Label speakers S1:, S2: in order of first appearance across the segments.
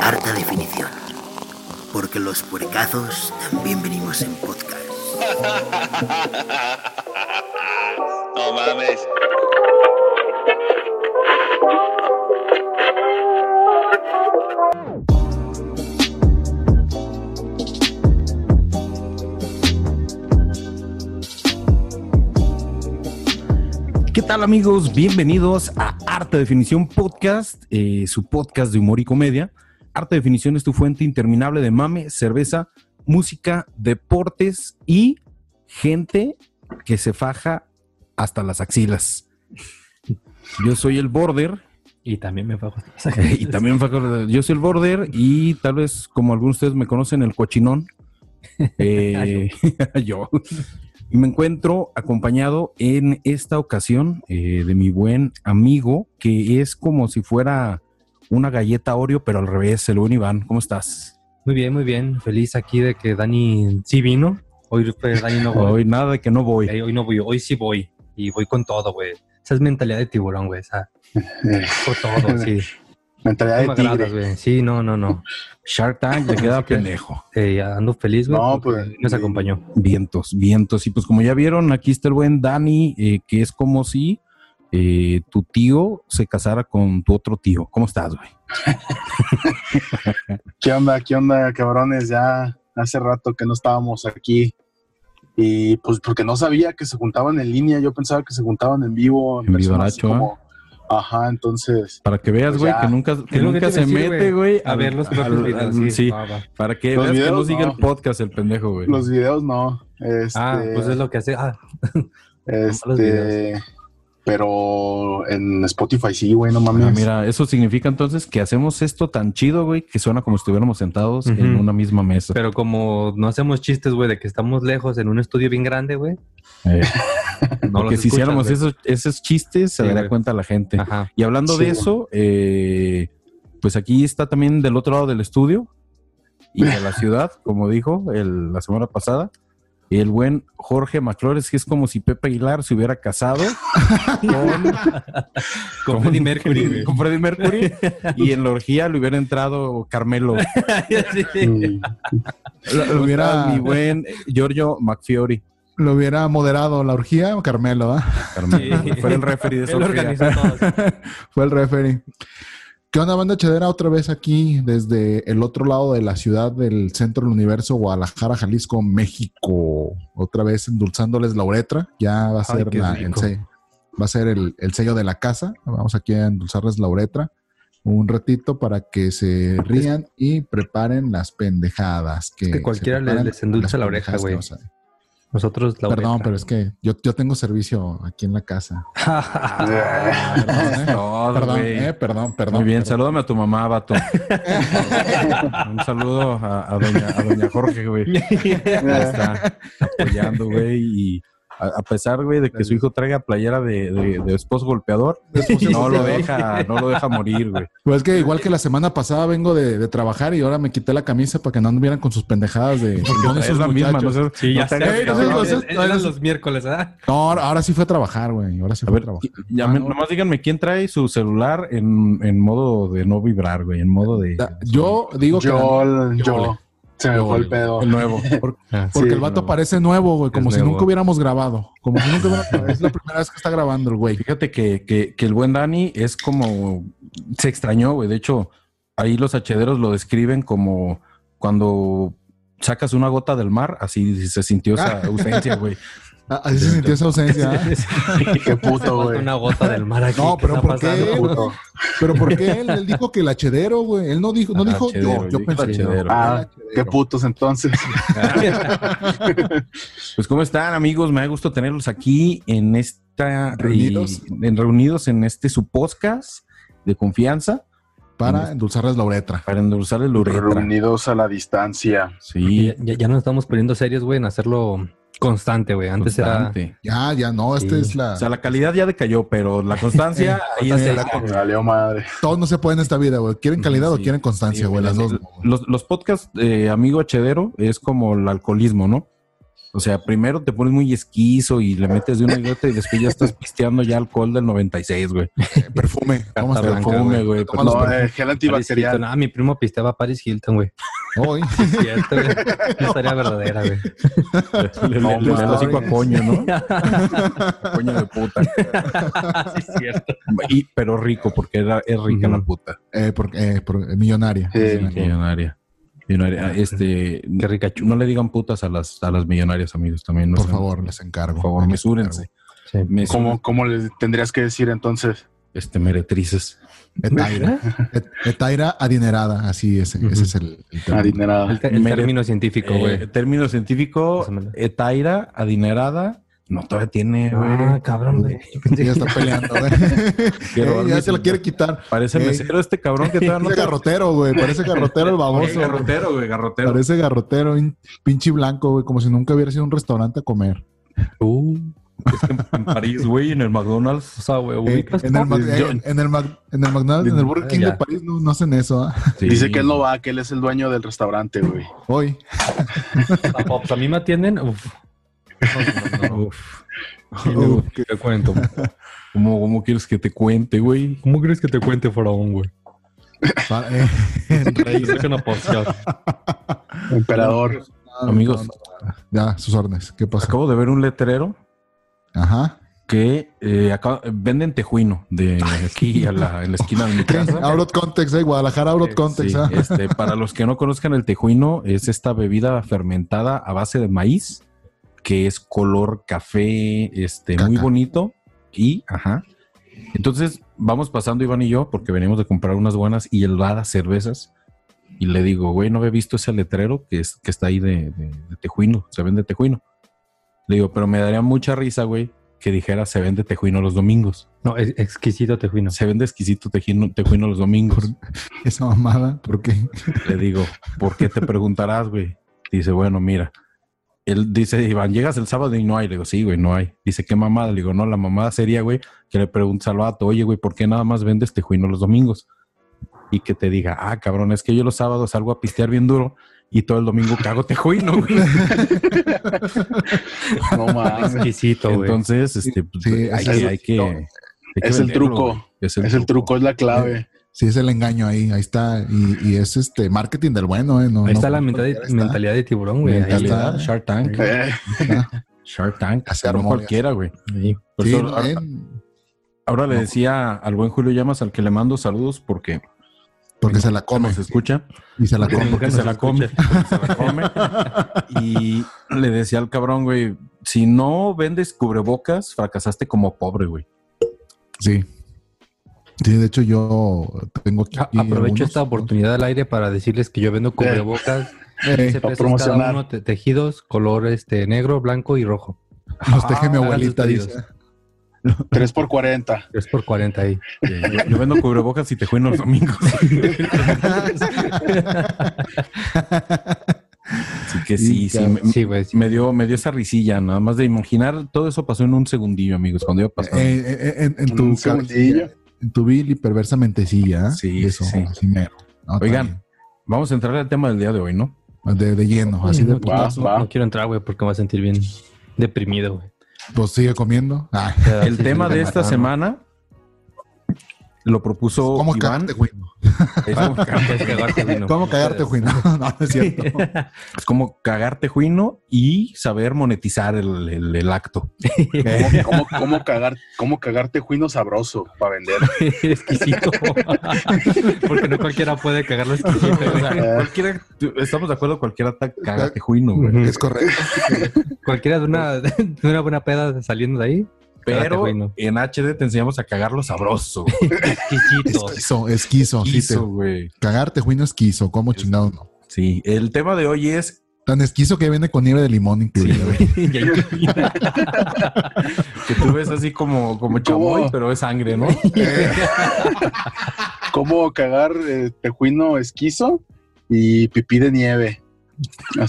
S1: Harta definición. Porque los puercazos también venimos en podcast.
S2: No mames.
S3: ¿Qué tal amigos? Bienvenidos a Arte Definición Podcast, eh, su podcast de humor y comedia. Arte Definición es tu fuente interminable de mame, cerveza, música, deportes y gente que se faja hasta las axilas. Yo soy el border
S4: Y también me bajo.
S3: y también faja- yo soy el border y tal vez como algunos de ustedes me conocen el cochinón. Eh, yo. Y me encuentro acompañado en esta ocasión eh, de mi buen amigo, que es como si fuera una galleta Oreo, pero al revés. El buen Iván, ¿cómo estás?
S4: Muy bien, muy bien. Feliz aquí de que Dani sí vino. Hoy pues, Dani no voy.
S3: Hoy nada de que no voy.
S4: Eh, Hoy no voy, hoy sí voy. Y voy con todo, güey. Esa es mentalidad de tiburón, güey. Esa,
S5: Eh,
S4: con todo, sí.
S5: Mentalidad
S4: No me
S5: de
S4: agradas,
S5: tigre.
S4: güey. Sí, no, no, no.
S3: Shark Tank te queda pendejo.
S4: Eh, ando feliz, güey.
S5: No,
S4: porque
S5: pues,
S4: Nos
S5: eh,
S4: acompañó.
S3: Vientos, vientos. Y pues como ya vieron, aquí está el buen Dani, eh, que es como si eh, tu tío se casara con tu otro tío. ¿Cómo estás, güey?
S5: ¿Qué onda? ¿Qué onda, cabrones? Ya hace rato que no estábamos aquí. Y pues porque no sabía que se juntaban en línea, yo pensaba que se juntaban en vivo.
S3: En
S5: persona, así
S3: vivacho,
S5: como- Ajá, entonces,
S3: Para que veas,
S5: Pues
S3: güey,
S5: ya.
S3: que nunca, que
S4: Es lo que
S3: nunca
S4: te
S3: se
S4: iba a decir,
S3: mete, güey,
S4: A
S3: al-
S4: ver los propios
S3: al-
S4: videos.
S3: al- Ah,
S4: sí.
S3: sí.
S4: Ah, va.
S3: Para que
S5: Los
S3: veas que no
S5: videos,
S3: sigue
S5: no.
S3: el podcast, el pendejo, güey. Ah,
S5: los videos no. Este,
S4: Ah, pues es lo que hace. Ah, los
S5: este,
S4: videos.
S5: pero en Spotify sí, güey, no
S3: Ah,
S5: mames.
S3: mira, eso significa entonces que hacemos esto tan chido, güey, que suena como si estuviéramos sentados en
S4: Ujú.
S3: una misma mesa.
S4: pero como no hacemos chistes, güey, de que estamos lejos en un estudio bien grande, güey.
S3: Eh,
S4: No los
S3: porque si
S4: escuchas,
S3: hiciéramos
S4: güey.
S3: esos, esos chistes, se
S4: Sí,
S3: daría
S4: güey.
S3: cuenta la gente.
S4: Ajá.
S3: Y hablando de
S5: Sí.
S3: eso, eh, pues aquí está también del otro lado del estudio y de la ciudad, como dijo el- la semana pasada, el buen Jorge Maclores, que es como si Pepe Aguilar se hubiera casado con,
S4: Con Freddie Mercury, güey.
S3: con Freddie Mercury y en la orgía le hubiera entrado Carmelo.
S4: Sí.
S5: Mm,
S6: Lo, lo hubiera,
S3: Mi buen Giorgio McFiori.
S6: lo hubiera moderado la orgía, Carmelo, ¿ah?
S3: Carmelo,
S4: Sí.
S3: Fue el referee de
S4: Él organizó
S3: esa
S4: todo.
S6: Fue el referee. ¿Qué onda, banda chedera? Otra vez aquí, desde el otro lado de la ciudad del centro del universo, Guadalajara, Jalisco, México. Otra vez endulzándoles la uretra. Ya va a
S4: Ay,
S6: ser,
S4: qué
S6: la- el,
S4: rico.
S6: sello, va a ser el, el sello de la casa. Vamos aquí a endulzarles la uretra un ratito para que se rían y preparen las pendejadas. Que,
S4: que
S6: se
S4: cualquiera le-
S6: preparan,
S4: les endulza
S6: las
S4: la oreja,
S6: pendejadas que
S4: güey.
S6: vas a-
S4: Nosotros la
S6: Perdón,
S4: oreja.
S6: pero es que yo, yo tengo servicio aquí en la casa. Perdón, eh.
S3: Todo,
S6: Perdón,
S3: güey.
S6: eh, perdón, perdón.
S3: Muy bien,
S6: perdón.
S3: salúdame a tu mamá, vato. Un saludo a, a doña, a doña Jorge, güey.
S6: Ah.
S3: Ahí está apoyando, güey. Y a, a pesar, güey, de que su hijo traiga playera de, de- de esposo golpeador, no lo deja, no lo deja morir, güey.
S6: Pues es que igual que la semana pasada vengo de, de trabajar y ahora me quité la camisa para que no anduvieran con sus pendejadas de... ¿dónde
S3: Es
S6: esos
S3: la misma, no
S6: muchachos?
S3: sé.
S4: Sí, ya
S3: No te
S4: sé.
S3: hagas,
S6: Ey, no
S4: cabrón.
S6: sé, no sé,
S4: Eran- eran los miércoles, ¿ah?
S6: No, ahora- ahora sí fue a trabajar, güey. Ahora sí
S3: A
S6: fue a,
S3: ver,
S6: trabajar.
S3: ya
S6: Ah,
S3: me-
S6: no.
S3: nomás díganme quién trae su celular en, en modo de no vibrar, güey, en modo de...
S6: Da- Yo digo que...
S5: yo,
S6: ole.
S5: yo, se me
S6: Yo
S5: fue
S6: ole.
S5: el pedo.
S3: el nuevo. Por-
S6: Porque
S5: Sí,
S6: el vato
S3: nuevo.
S6: parece nuevo, güey. Como
S4: Es
S6: si
S4: nuevo.
S6: nunca hubiéramos grabado. Como si nunca hubiéramos grabado. Es la primera vez que está grabando el güey.
S3: Fíjate que, que- que el buen Dani es como se extrañó, güey. De hecho, ahí los hachederos lo describen como cuando sacas una gota del mar, así se sintió esa ausencia, güey.
S6: Ah, Así se sintió esa ausencia. ¿eh?
S5: Qué
S4: Falta
S5: puto, güey.
S4: una gota del mar aquí.
S6: No,
S4: ¿qué
S6: pero
S4: está
S6: ¿por qué?
S4: pasando?
S6: güey? Pero ¿por qué él, Él dijo que el hachedero, güey? Él no dijo, no
S3: Ah,
S6: dijo
S3: hachedero,
S6: yo, yo
S3: dijo
S6: pensé.
S3: hachedero.
S6: no,
S5: Ah,
S6: hachedero.
S5: Qué putos entonces.
S3: Pues, ¿cómo están, amigos? Me da gusto tenerlos aquí en esta.
S6: Reunidos.
S3: y- en, reunidos en este su podcast de confianza mm.
S6: Para endulzarles la uretra.
S3: para endulzar el uretra.
S5: Reunidos a la distancia.
S3: Sí,
S4: Y ya, ya nos estamos poniendo serios, güey, en hacerlo constante, güey. Antes
S3: constante.
S6: Ya, ya, no, este
S4: Sí.
S6: es la...
S3: O sea, la calidad ya decayó, pero la constancia ahí
S4: constancia
S3: está,
S4: la-
S3: güey.
S5: Me valió madre.
S6: Todo no se puede en esta vida, güey. ¿Quieren calidad o
S3: Sí,
S6: quieren
S3: Sí,
S6: constancia, güey?
S3: güey,
S6: Las
S3: los-
S6: dos. no, güey.
S3: Los, los podcasts, eh, amigo Hedero, es como el alcoholismo, ¿no? O sea, primero te pones muy esquizo y le metes de una gota y después ya estás pisteando ya alcohol del 96, güey.
S6: Eh, perfume. Tomas
S3: Carta blanca,
S6: perfume,
S3: güey,
S6: güey.
S3: pero
S6: Tomas
S3: no,
S6: los
S5: No, eh, gel
S4: Paris Hilton.
S5: antibacterial.
S4: Ah, mi primo pisteaba a Paris Hilton, güey.
S6: perfumes. Hoy.
S4: Es cierto, güey. Una historia verdadera, güey.
S3: Le, le- le-
S5: mames.
S3: el hocico a coño, ¿no? A coño de puta.
S4: Ah, Sí, es cierto.
S3: Y, pero rico, porque era, es rica la
S4: Ujú.
S3: puta.
S6: Eh, por- eh, por- eh, millonaria.
S5: Sí.
S3: Millonaria. Millonaria. Este,
S4: Qué rica chu-
S3: no le digan putas a las, a las millonarias, amigos, también. no
S6: Por
S3: sean-
S6: favor, les encargo.
S3: Por favor,
S6: Les
S3: mesúrense.
S4: Sí.
S3: Mesúrense.
S5: ¿Cómo, ¿Cómo le tendrías que decir entonces?
S3: Este, meretrices.
S6: encargo. Etaira. Et- Etaira adinerada. Así es.
S4: Ujú.
S6: Ese es el, el término.
S5: Adinerada.
S4: El, te- el
S3: Mere-
S4: término científico, güey.
S3: Eh, término científico,
S4: Pásamela.
S3: etaira, adinerada. No, todavía tiene, güey.
S4: ah, cabrón, güey. Yo pensé
S6: Ya
S4: que-
S6: está peleando, güey.
S3: Quiero
S6: Eh,
S3: dormir
S6: ya se lo
S3: sin-
S6: quiere Eh, quitar.
S3: Parece
S6: Ey.
S3: mesero este cabrón que todavía no
S6: Parece
S3: te-
S6: garrotero, güey. Parece garrotero el baboso.
S3: Ey,
S6: güey.
S3: garrotero, güey, garrotero.
S6: Parece garrotero, un pinche blanco, güey, como si nunca hubiera sido a un restaurante a comer.
S4: Uh,
S3: En París, güey, en el McDonald's.
S4: o sea, güey,
S6: Eh,
S4: ubicas.
S6: en, el, Mac- eh,
S5: Yo-
S6: en el Mac- en el McDonald's, en el Burger King
S4: Ya.
S6: de París no, no hacen eso, ¿ah?
S5: Dice que él no va, que él es el dueño del restaurante, güey.
S6: Hoy.
S4: Ah, pues, a mí me atienden. Uf. No, no, no.
S3: Uf. Uf,
S4: ¿Qué te cuento?
S3: ¿Cómo, cómo quieres que te cuente, güey?
S4: ¿Cómo crees que te cuente Faraón, güey?
S6: Pa- eh, el rey.
S4: Saca una pausa.
S5: Emperador.
S6: No,
S3: Amigos.
S6: no, no. Ya, sus órdenes. ¿Qué pasa?
S3: Acabo de ver un letrero
S6: Ajá.
S3: que eh, acaba- venden tejuino de aquí a la, en la esquina de mi
S6: ¿Qué?
S3: casa.
S6: Out of context, eh. Guadalajara out of
S4: Sí,
S6: context,
S3: Sí,
S6: ¿ah?
S3: este, para los que no conozcan el tejuino, es esta bebida fermentada a base de maíz, que es color café, este, muy
S6: Caca.
S3: bonito. Y, ajá. Entonces, vamos pasando Iván y yo, porque venimos de comprar unas buenas y heladas cervezas. Y le digo, güey, no había visto ese letrero que, es, que está ahí de, de- de tejuino, se vende tejuino. Le digo, pero me daría mucha risa, güey, que dijera se vende tejuino los domingos.
S4: No, es exquisito tejuino.
S3: Se vende exquisito tejino- tejuino los domingos.
S6: Esa mamada, porque
S3: Le digo, ¿por qué te preguntarás, güey? Dice, bueno, mira. Él dice, Iván, llegas el sábado y no hay. Le digo, sí, güey, no hay. Dice, ¿qué mamada? Le digo, no, la mamada sería, güey, que le preguntes al vato, oye, güey, ¿por qué nada más vendes tejuino los domingos? Y que te diga, ah, cabrón, es que yo los sábados salgo a pistear bien duro y todo el domingo cago tejuino, güey.
S5: No mames.
S4: Exquisito, güey.
S3: Entonces, este, pues,
S6: sí,
S3: hay,
S6: ese
S3: que,
S5: es-
S3: hay que-
S5: no,
S3: hay que
S5: Es el
S3: venderlo,
S5: truco.
S3: güey.
S5: Es el truco, es la clave.
S6: sí es el engaño ahí, ahí está. Y, y es este marketing del bueno, ¿eh? No,
S4: Ahí
S6: no-
S4: está la mentalidad,
S6: Ahí está.
S4: mentalidad de tiburón, güey. Ahí
S3: Ahí le
S4: le-
S3: da Shark Tank,
S5: Eh,
S3: Shark Tank,
S6: Ya se
S3: no
S6: armó, ya
S3: cualquiera, güey. Por
S6: Sí,
S3: eso,
S6: no,
S3: ahora-
S6: ven,
S3: Ahora le
S6: No.
S3: decía al buen Julio Llamas, al que le mando saludos porque
S6: porque se la come.
S3: se escucha,
S6: Y se la
S3: porque,
S6: come.
S4: nunca
S3: se
S4: nos
S3: la come, porque se la come. Y le decía al cabrón, güey, si no vendes cubrebocas, fracasaste como pobre, güey.
S6: Sí. Sí, de hecho yo tengo aquí
S4: A- Ah, Aprovecho
S6: algunos-
S4: esta oportunidad al aire para decirles que yo vendo cubrebocas, 15
S6: Eh,
S5: para
S4: pesos cada
S5: promocionar.
S4: uno, te- tejidos, color este negro, blanco y rojo.
S6: los teje mi
S4: Ah,
S6: abuelita,
S4: los
S6: dice.
S4: pedidos.
S5: 3 por 40.
S4: Es por 40 ahí.
S3: Eh, Yo, yo vendo cubrebocas y te juego en los domingos. Así que sí, sí, me,
S4: Sí, güey. sí.
S3: me dio, me dio esa risilla, nada más de imaginar, todo eso pasó en un segundillo, amigos, cuando iba pasando.
S6: Eh, eh, en, en tu
S5: Un segundillo.
S6: cabecilla, en tu vil y perversa mentecilla. ¿eh?
S3: Sí,
S6: Eso,
S3: sí.
S6: así mero. No, está
S3: Oigan, vamos a entrar al tema del día de hoy, ¿no?
S6: bien. De, de lleno, así
S4: Ay,
S6: de
S4: no,
S5: Va,
S4: no-
S5: va.
S4: no quiero entrar, güey, porque me voy a sentir bien deprimido, güey.
S6: pues sigue comiendo. Ah,
S3: El tema de esta semana lo propuso
S6: ¿Cómo
S3: Iván.
S6: cagarte, Juino?
S3: Es como
S4: Es
S3: cagarte-
S4: cagarte, güey, no.
S6: ¿Cómo cagarte, Juino? No, no es cierto.
S3: es pues, como cagarte juino y saber monetizar el, el- el acto.
S5: ¿Cómo, cómo, cómo cagar, ¿Cómo cagarte juino sabroso para vender?
S4: exquisito. Porque no cualquiera puede cagarlo exquisito. güey.
S5: Eh,
S3: Cualquiera- estamos de acuerdo, cualquier ataque cagarte juino, güey.
S4: Ujú.
S6: es correcto.
S4: Cualquiera de una, de una buena peda saliendo de ahí, Cagarte
S3: Pero
S4: juino.
S3: en HD te enseñamos a cagarlo sabroso. güey.
S4: exquisito.
S6: Esquizo, esquizo. sí,
S3: Quiso,
S6: te-
S3: güey.
S6: cagarte, Juino, esquizo. ¿Cómo chingado no?
S3: Sí, el tema de hoy es
S6: Tan esquizo que viene con nieve de limón incluida. güey.
S4: Y ahí-
S3: que tú ves así como, como chamoy,
S5: ¿Cómo?
S3: pero es sangre, ¿no?
S5: ¿Cómo cagar eh, tejuino esquizo y pipí de nieve?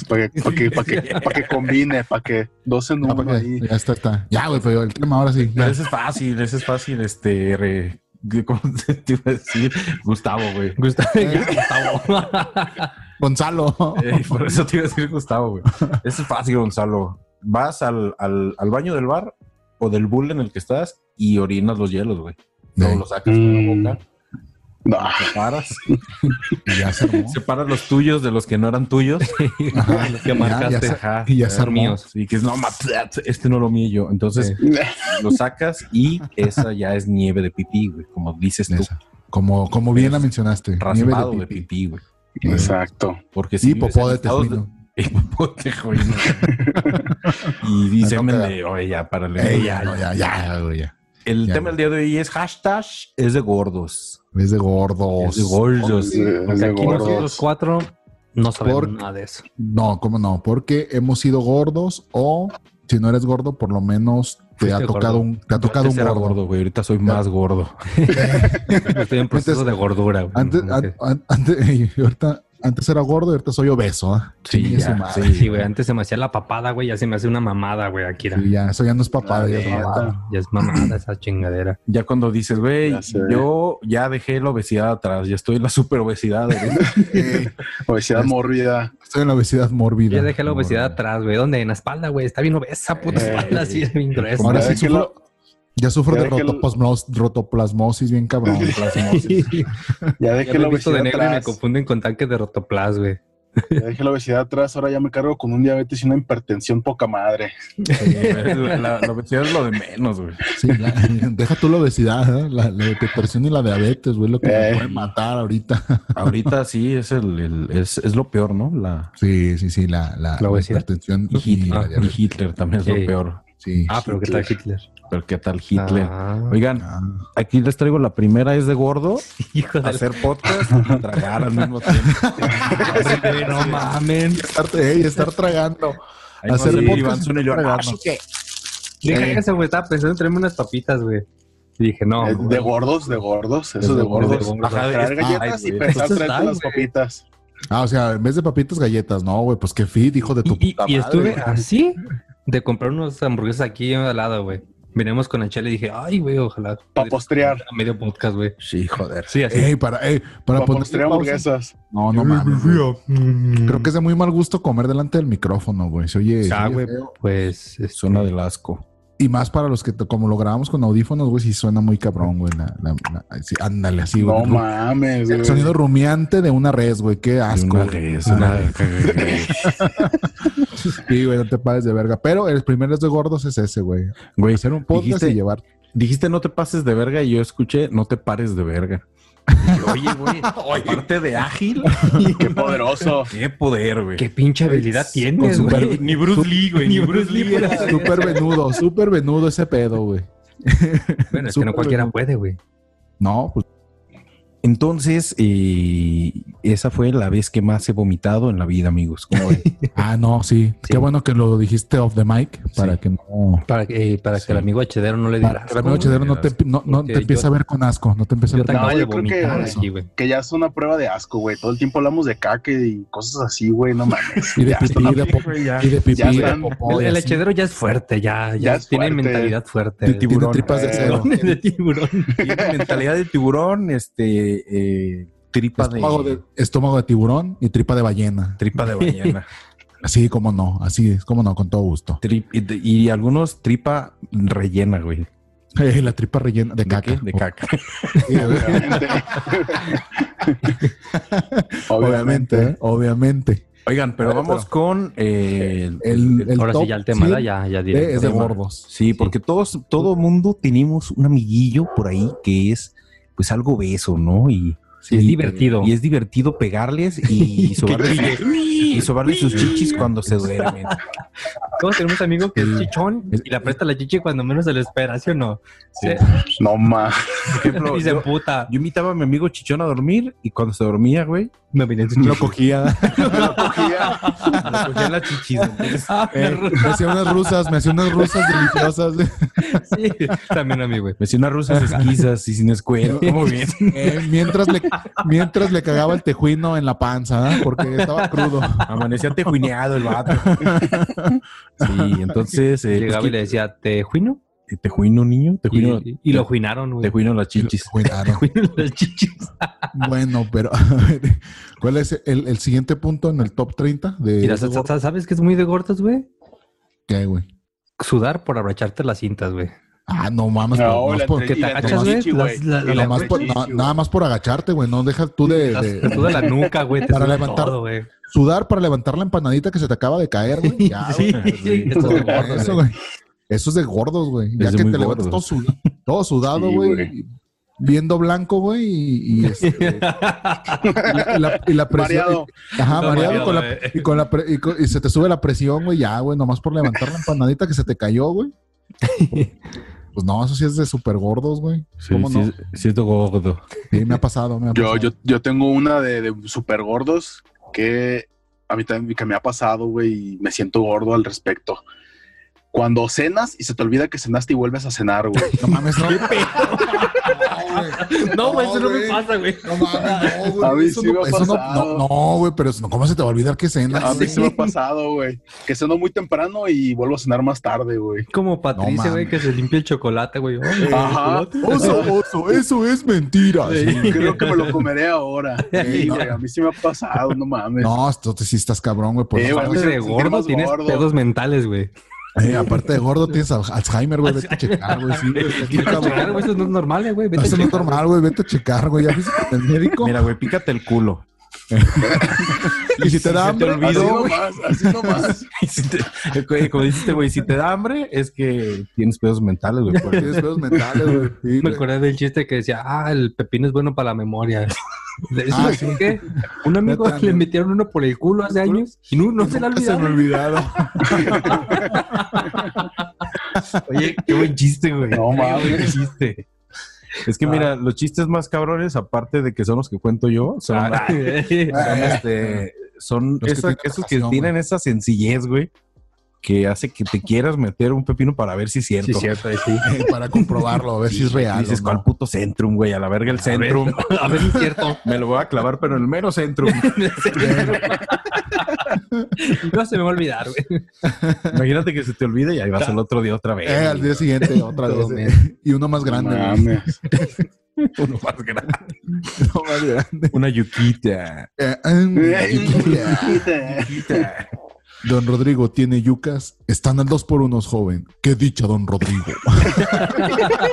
S5: Para que, pa' que, pa' que, pa' que combine, para que dos en
S6: Ah,
S5: uno
S4: pues,
S6: para
S5: ahí.
S6: que- ya está, está. Ya, güey, pero el tema ahora sí.
S3: Pero ese es fácil, ese es fácil, este... re- ¿Cómo te iba a decir? Gustavo, güey.
S4: Gustavo,
S6: Ah,
S4: Gustavo.
S6: Gonzalo.
S3: pues, Eh, por eso te iba a decir Gustavo, güey. Eso es fácil, Gonzalo. vas al, al- al baño del bar o del bull en el que estás y orinas los hielos, güey. Luego
S6: Ey.
S3: los sacas con la boca,
S5: No,
S3: separas,
S6: Y ya se armó.
S3: separas los tuyos de los que no eran tuyos.
S6: Ajá.
S4: que
S6: Ya, ya
S4: marcaste.
S6: se- y ya se armó.
S4: míos.
S3: Y que es, no, mames, este no lo mío yo. Entonces
S4: Pues,
S3: lo sacas y esa ya es nieve de pipí, güey, como dices tú.
S6: Esa. Como, como bien la mencionaste. Nieve
S3: Raspado
S6: de pipí.
S3: güey.
S5: exacto.
S3: Porque si
S6: Y
S3: vives
S6: popó
S3: en
S6: de
S3: estados
S6: tejuino.
S3: Y popó de tejuino. y
S6: No,
S3: dice,
S6: no
S3: de, oye, ya, párale.
S6: Ey,
S3: güey,
S6: ya,
S3: ya,
S6: no, ya, ya, güey, ya.
S3: El
S6: Ya,
S3: tema del día de hoy es hashtag es de gordos.
S6: Es de
S3: Es
S6: gordos.
S3: de gordos.
S5: Es
S4: Porque
S5: de
S4: aquí nosotros
S5: gordos.
S4: cuatro no sabemos
S6: Por-
S4: nada de eso.
S6: No, ¿cómo no? Porque hemos sido gordos o si no eres gordo, por lo menos te
S4: Fuiste
S6: ha tocado
S4: gordo.
S6: un, te ha
S3: Yo
S6: tocado un
S3: antes era
S6: gordo.
S3: gordo, güey. Ahorita soy más gordo.
S4: Estoy en proceso
S6: Antes-
S4: de gordura. güey.
S6: Antes,
S4: No sé.
S6: an- an- antes, y ahorita- antes era gordo y ahorita soy obeso. ¿ah? Chingue su
S3: ya,
S6: madre.
S4: Sí, güey, antes se me hacía la papada, güey, ya se me hace una mamada, güey, Akira.
S6: Sí, ya, eso ya no es papada,
S5: La
S6: ya es
S5: neta.
S6: mamada.
S4: Ya es mamada esa chingadera.
S3: Ya cuando dices, güey,
S5: Ya sé.
S3: yo ya dejé la obesidad atrás, ya estoy en la super obesidad.
S6: Eh,
S5: Obesidad
S4: Este,
S5: mórbida.
S6: Estoy en la obesidad mórbida.
S4: Ya dejé la obesidad
S6: Mórbida.
S4: atrás, güey. ¿Dónde? En la espalda, güey. Está bien obesa, puta
S5: Eh,
S4: espalda, así bien gruesa.
S6: Ahora
S5: Ya dejé
S6: sí sufro- Ya sufro
S5: ya
S6: de
S5: dejé la-
S6: rotoplasmos- rotoplasmosis bien cabrón.
S5: Ya
S4: Ya
S5: dejé
S4: me
S5: la
S4: he visto
S5: obesidad
S4: de negro y me
S5: atrás.
S4: confunden con tanques de rotoplas, güey.
S5: Ya dejé la obesidad atrás. Ahora ya me cargo con un diabetes y una hipertensión poca madre.
S3: la, la obesidad es lo de menos, güey.
S6: Sí, la- deja tú la obesidad, ¿eh? la, la depresión y la diabetes, güey, lo que me
S5: Eh.
S6: puede matar ahorita.
S3: Ahorita sí es, el, el- es, es lo peor, ¿no? La,
S6: Sí, sí, sí, la, la,
S4: La obesidad. Ah.
S6: hipertensión
S3: y
S6: y
S3: Hitler,
S6: la diabetes.
S3: y Hitler también es lo
S4: Sí.
S3: peor.
S6: Sí.
S4: Ah, pero ¿qué tal Hitler?
S3: Pero qué tal Hitler.
S4: Ah,
S3: Oigan,
S6: Ah,
S3: aquí les traigo la primera, es de gordo,
S4: hijo de
S3: hacer podcast y tragar al mismo tiempo.
S4: la- Güey, No mamen.
S6: estar, ey, estar tragando.
S3: Ahí va a
S6: Hacer
S3: salir
S6: podcast
S3: Iván
S6: y
S3: Zuna y yo,
S6: tragar,
S3: "Ah,
S6: ¿no?"
S3: ¿sí qué?
S4: Deja eso, güey. Estaba pensando en traerme unas papitas, güey. Y dije, no.
S5: Eh,
S4: güey.
S5: de gordos, de gordos. Eso
S4: Es
S5: de
S4: de gordos, de
S5: gordos.
S4: gordos.
S5: Ajá, Traer
S3: Ay,
S5: galletas y
S3: güey.
S5: pensar
S4: Entonces,
S5: traerte
S4: ay,
S5: las
S4: güey.
S5: papitas.
S6: Ah, o sea, en vez de papitas, galletas, no, güey, pues qué fit, hijo de tu
S4: Y, y-
S6: puta
S4: y
S6: madre.
S4: estuve así de comprar unos hamburguesas aquí al lado, güey. Miremos con la chela y dije, ay, güey, ojalá.
S5: Para postrear.
S4: A medio podcast, güey.
S3: Sí, joder. Eh,
S4: Sí, así.
S6: Ey, para, ey, para
S5: Para
S6: poner
S5: postrear hamburguesas.
S6: No, no mames. güey. Creo que es de muy mal gusto comer delante del micrófono, güey. Se oye, se
S4: Ah,
S6: oye
S4: güey,
S6: feo.
S4: pues es-
S3: Zona del asco.
S6: Y más para los que, to- como lo grabamos con audífonos, güey, sí suena muy cabrón, güey. la- la- la- sí, ándale, así, güey.
S5: No
S6: Ru-
S5: mames, güey.
S6: El sonido rumiante de una res, güey. Qué asco.
S3: Una
S6: güey.
S3: res, una-
S6: Sí, güey, no te pares de verga. Pero el primero es de gordos es ese, güey.
S3: Güey,
S6: Hacer un podcast
S3: dijiste-
S6: y llevar.
S3: dijiste no te pases de verga y yo escuché no te pares de verga. Y yo, Oye, güey, aparte de ágil,
S5: Qué poderoso.
S3: qué poder, güey.
S4: qué pinche habilidad
S6: Pues, con
S4: tienes,
S6: su
S4: güey.
S6: per-
S3: Ni Bruce Lee, güey, ni Bruce Lee era-
S6: Súper venudo, súper venudo ese pedo, güey.
S4: Bueno, es que no
S6: súper
S4: cualquiera
S6: bien.
S4: puede, güey.
S6: No, pues
S3: Entonces, eh, esa fue la vez que más he vomitado en la vida, amigos. ¿Cómo ven?
S6: Ah, no, sí. Qué bueno que lo dijiste off the mic para
S3: Sí.
S6: que no.
S4: Para que, eh, para
S3: Sí.
S4: que el amigo Hedero no le diera.
S6: Para que el amigo
S4: asco, güey.
S6: Chedero no te, no, no
S4: Porque
S6: te empiece
S4: yo-
S6: a ver con asco. No te empiece a
S4: Yo
S6: ver
S4: te
S6: con
S5: No,
S4: acabo de
S5: yo creo que-
S4: vomitar aquí, güey.
S5: Que ya es una prueba de asco, güey. Todo el tiempo hablamos de caca y cosas así, güey. No mames.
S6: Y de
S5: Ya,
S6: pipí, de po- y de pipí,
S5: Ya
S6: de
S5: están-
S6: popó,
S4: El,
S6: y
S4: el
S6: así.
S4: hechedero ya es fuerte, ya, ya,
S5: Ya es
S4: tiene
S5: fuerte.
S4: mentalidad fuerte.
S6: Tiene
S4: güey.
S6: tripas de
S5: Eh,
S6: acero.
S4: Tiburones de tiburón.
S3: Tiene mentalidad de tiburón, este, eh, tripa de,
S6: Estómago de, estómago de tiburón y tripa de ballena.
S3: tripa de ballena.
S6: Así como no, así es como no, con todo gusto.
S3: Tri- y, de- y algunos tripa rellena, güey.
S6: Eh, la tripa rellena de
S3: ¿De
S6: caca.
S3: qué? De caca.
S5: Obviamente.
S6: Obviamente, ¿eh? obviamente.
S3: Oigan, pero
S6: Bueno,
S3: vamos con eh, el-
S6: El, el
S4: Ahora sí,
S6: top
S4: ya el tema, ¿verdad?
S6: 100
S4: ya, ya
S6: de- es de
S4: directo.
S6: gordos.
S3: Sí, porque todos, todo mundo tenemos un amiguillo por ahí que es, pues, algo beso, ¿no? Y,
S4: Sí, es
S3: y-
S4: divertido.
S3: Y es divertido pegarles y sobarles, y sobarles sus chichis cuando se duermen.
S4: Todos tenemos amigos que es chichón
S6: Es-
S4: y le aprieta la chichi cuando menos se lo espera, ¿sí o no?
S3: Sí.
S5: No mames.
S3: Por ejemplo,
S4: y se
S3: yo,
S4: emputa.
S3: yo invitaba a mi amigo Chichón a dormir y cuando se dormía, güey,
S4: Me vine en su
S6: Lo
S4: chichi.
S6: cogía.
S3: me cogía la chichis. entonces,
S4: pues Ah, me
S6: eh,
S4: arru-
S6: me hacía unas rusas, me hacía unas rusas deliciosas.
S4: sí, también a mí, güey.
S3: me hacía unas rusas esquizas y sin escuela. Muy bien.
S6: Eh, mientras, le, mientras le cagaba el tejuino en la panza, ¿eh? porque estaba crudo.
S3: Amanecía tejuineado el vato. Sí, entonces... eh,
S4: Llegaba y
S3: pues,
S4: le decía, ¿te juino?
S3: ¿Te- ¿Tejuino, niño? ¿Tejuino?
S4: Y, y lo juinaron, güey.
S3: Tejuino las chichis.
S6: Cuidado.
S4: Juinaron las chichis.
S6: Bueno, pero a ver, ¿cuál es el, el siguiente punto en el top 30? De,
S4: Mira, sa- sa- ¿sabes que es muy de gordos, güey?
S6: ¿Qué, güey?
S4: Sudar por abrocharte las cintas, güey.
S6: Ah, no mames, pero nomás por-
S4: entre- que te agachas,
S6: güey,
S4: las- la- la-
S6: nomás por- na- nada más por agacharte, güey. No dejas tú de,
S4: Las-
S6: de-
S4: toda la nuca, güey. Te
S6: Para
S4: suda
S6: levantar-
S4: todo, güey.
S6: sudar para levantar la empanadita que se te acaba de caer, güey. Ya,
S4: Sí,
S6: güey.
S4: sí, esto es gordo,
S6: Eso,
S4: güey.
S6: güey. Eso es de gordos, güey. Ya
S3: Es de
S6: que te
S3: muy
S6: levantas
S3: gordos.
S6: todo, suda- todo sudado,
S5: Sí,
S6: güey.
S5: güey.
S6: viendo blanco, güey. Y, y, este, y la, y la presión.
S5: Variado.
S6: Ajá,
S4: No,
S6: Ah, mareado,
S4: mareado,
S6: con la-
S4: güey.
S6: y, con la pre- y con- y se te sube la presión, güey. Ya, güey, nomás por levantar la empanadita que se te cayó, güey. Pues no, eso sí es de súper gordos, güey.
S3: Sí,
S6: ¿Cómo
S3: sí
S6: no?
S3: es- sí es de gordo.
S6: Sí, me ha pasado, me ha
S5: Yo,
S6: pasado.
S5: yo, yo tengo una de, de super gordos que a mí también que me ha pasado, güey, y me siento gordo al respecto. Cuando cenas y se te olvida que cenaste y vuelves a cenar, güey.
S6: No mames, no.
S4: No, güey, eso no me
S6: güey.
S4: pasa, güey.
S6: No mames, no,
S5: A mí
S6: güey. Eso
S5: sí me
S6: no,
S5: ha
S6: eso no-
S5: pasado.
S6: no, no, güey, pero eso no- ¿cómo se te va a olvidar que cenas?
S5: A mí
S6: güey?
S5: se Ah, me ha pasado, güey. Que ceno muy temprano y vuelvo a cenar más tarde, güey.
S4: Como
S6: No
S4: Patricia,
S6: mames.
S4: güey, que se limpia el chocolate, güey. Ay,
S5: Ajá.
S6: Oso, oso, eso es mentira.
S4: Sí.
S6: sí.
S5: Creo que me lo comeré ahora. Sí,
S6: no.
S5: güey, a mí sí me ha pasado, no mames.
S6: No, esto te- sí estás cabrón, güey. por
S5: Eh, güey,
S6: favor.
S4: Aparte
S5: me
S4: de
S5: siento
S4: gordo,
S5: más
S4: tienes
S5: gordo.
S4: pedos mentales, güey.
S6: Eh, aparte de gordo, tienes al- Alzheimer, güey. Vete a checar, güey. Sí, güey, sí,
S4: Vete a
S6: cabrón.
S4: checar, güey, Eso no es normal, güey. Vete a
S6: Eso no es
S4: checar.
S6: normal, güey. Vete a checar, güey. Ya fuiste con el médico.
S3: Mira, güey, pícate el culo.
S6: y si te da
S4: se te
S6: hambre,
S4: olvida,
S5: así
S6: no, güey.
S5: nomás, así nomás.
S3: Y si te- eh, güey, como dijiste, güey, si te da hambre, es que tienes pedos mentales, güey. por eso.
S6: Tienes pedos mentales, güey. Sí,
S4: Me
S6: güey.
S4: acordé del chiste que decía, ah, el pepino es bueno para la memoria. De eso
S6: Ah,
S4: me
S6: sí.
S4: qué? Un amigo
S6: Neta,
S4: le
S6: no.
S4: metieron uno por el culo hace años y no, no se le ha
S6: Se me
S4: olvidado.
S6: olvidaron.
S4: Oye, qué buen chiste, güey.
S5: No
S4: Qué buen
S5: mames.
S4: chiste.
S3: Es que mira, los chistes más cabrones, aparte de que son los que cuento yo, son,
S6: Ah,
S3: son, este, son
S6: Los que
S3: esa-
S6: tienen
S3: esos que
S6: razón,
S3: tienen esa sencillez, güey, que hace que te quieras meter un pepino para ver si es cierto.
S4: Sí, cierto, sí.
S6: Eh, Para comprobarlo, a ver si es real.
S3: Dices,
S6: o
S3: ¿cuál
S6: no.
S3: puto centrum, güey? A la verga el centrum.
S4: A ver si es cierto.
S3: Me lo voy a clavar, pero en el mero centrum.
S4: No se me va a olvidar, güey.
S3: Imagínate que se te olvide y ahí vas el otro día otra vez.
S6: Eh, al día siguiente, otra
S4: Todo
S6: vez. eh, Y uno más grande.
S5: No
S6: güey.
S5: mames.
S3: Uno más grande.
S6: Uno más grande.
S3: Una yuquita.
S6: Eh, mm,
S3: Yuquita.
S6: Don Rodrigo tiene yucas. Están al dos por unos, joven. Qué dicha, don Rodrigo.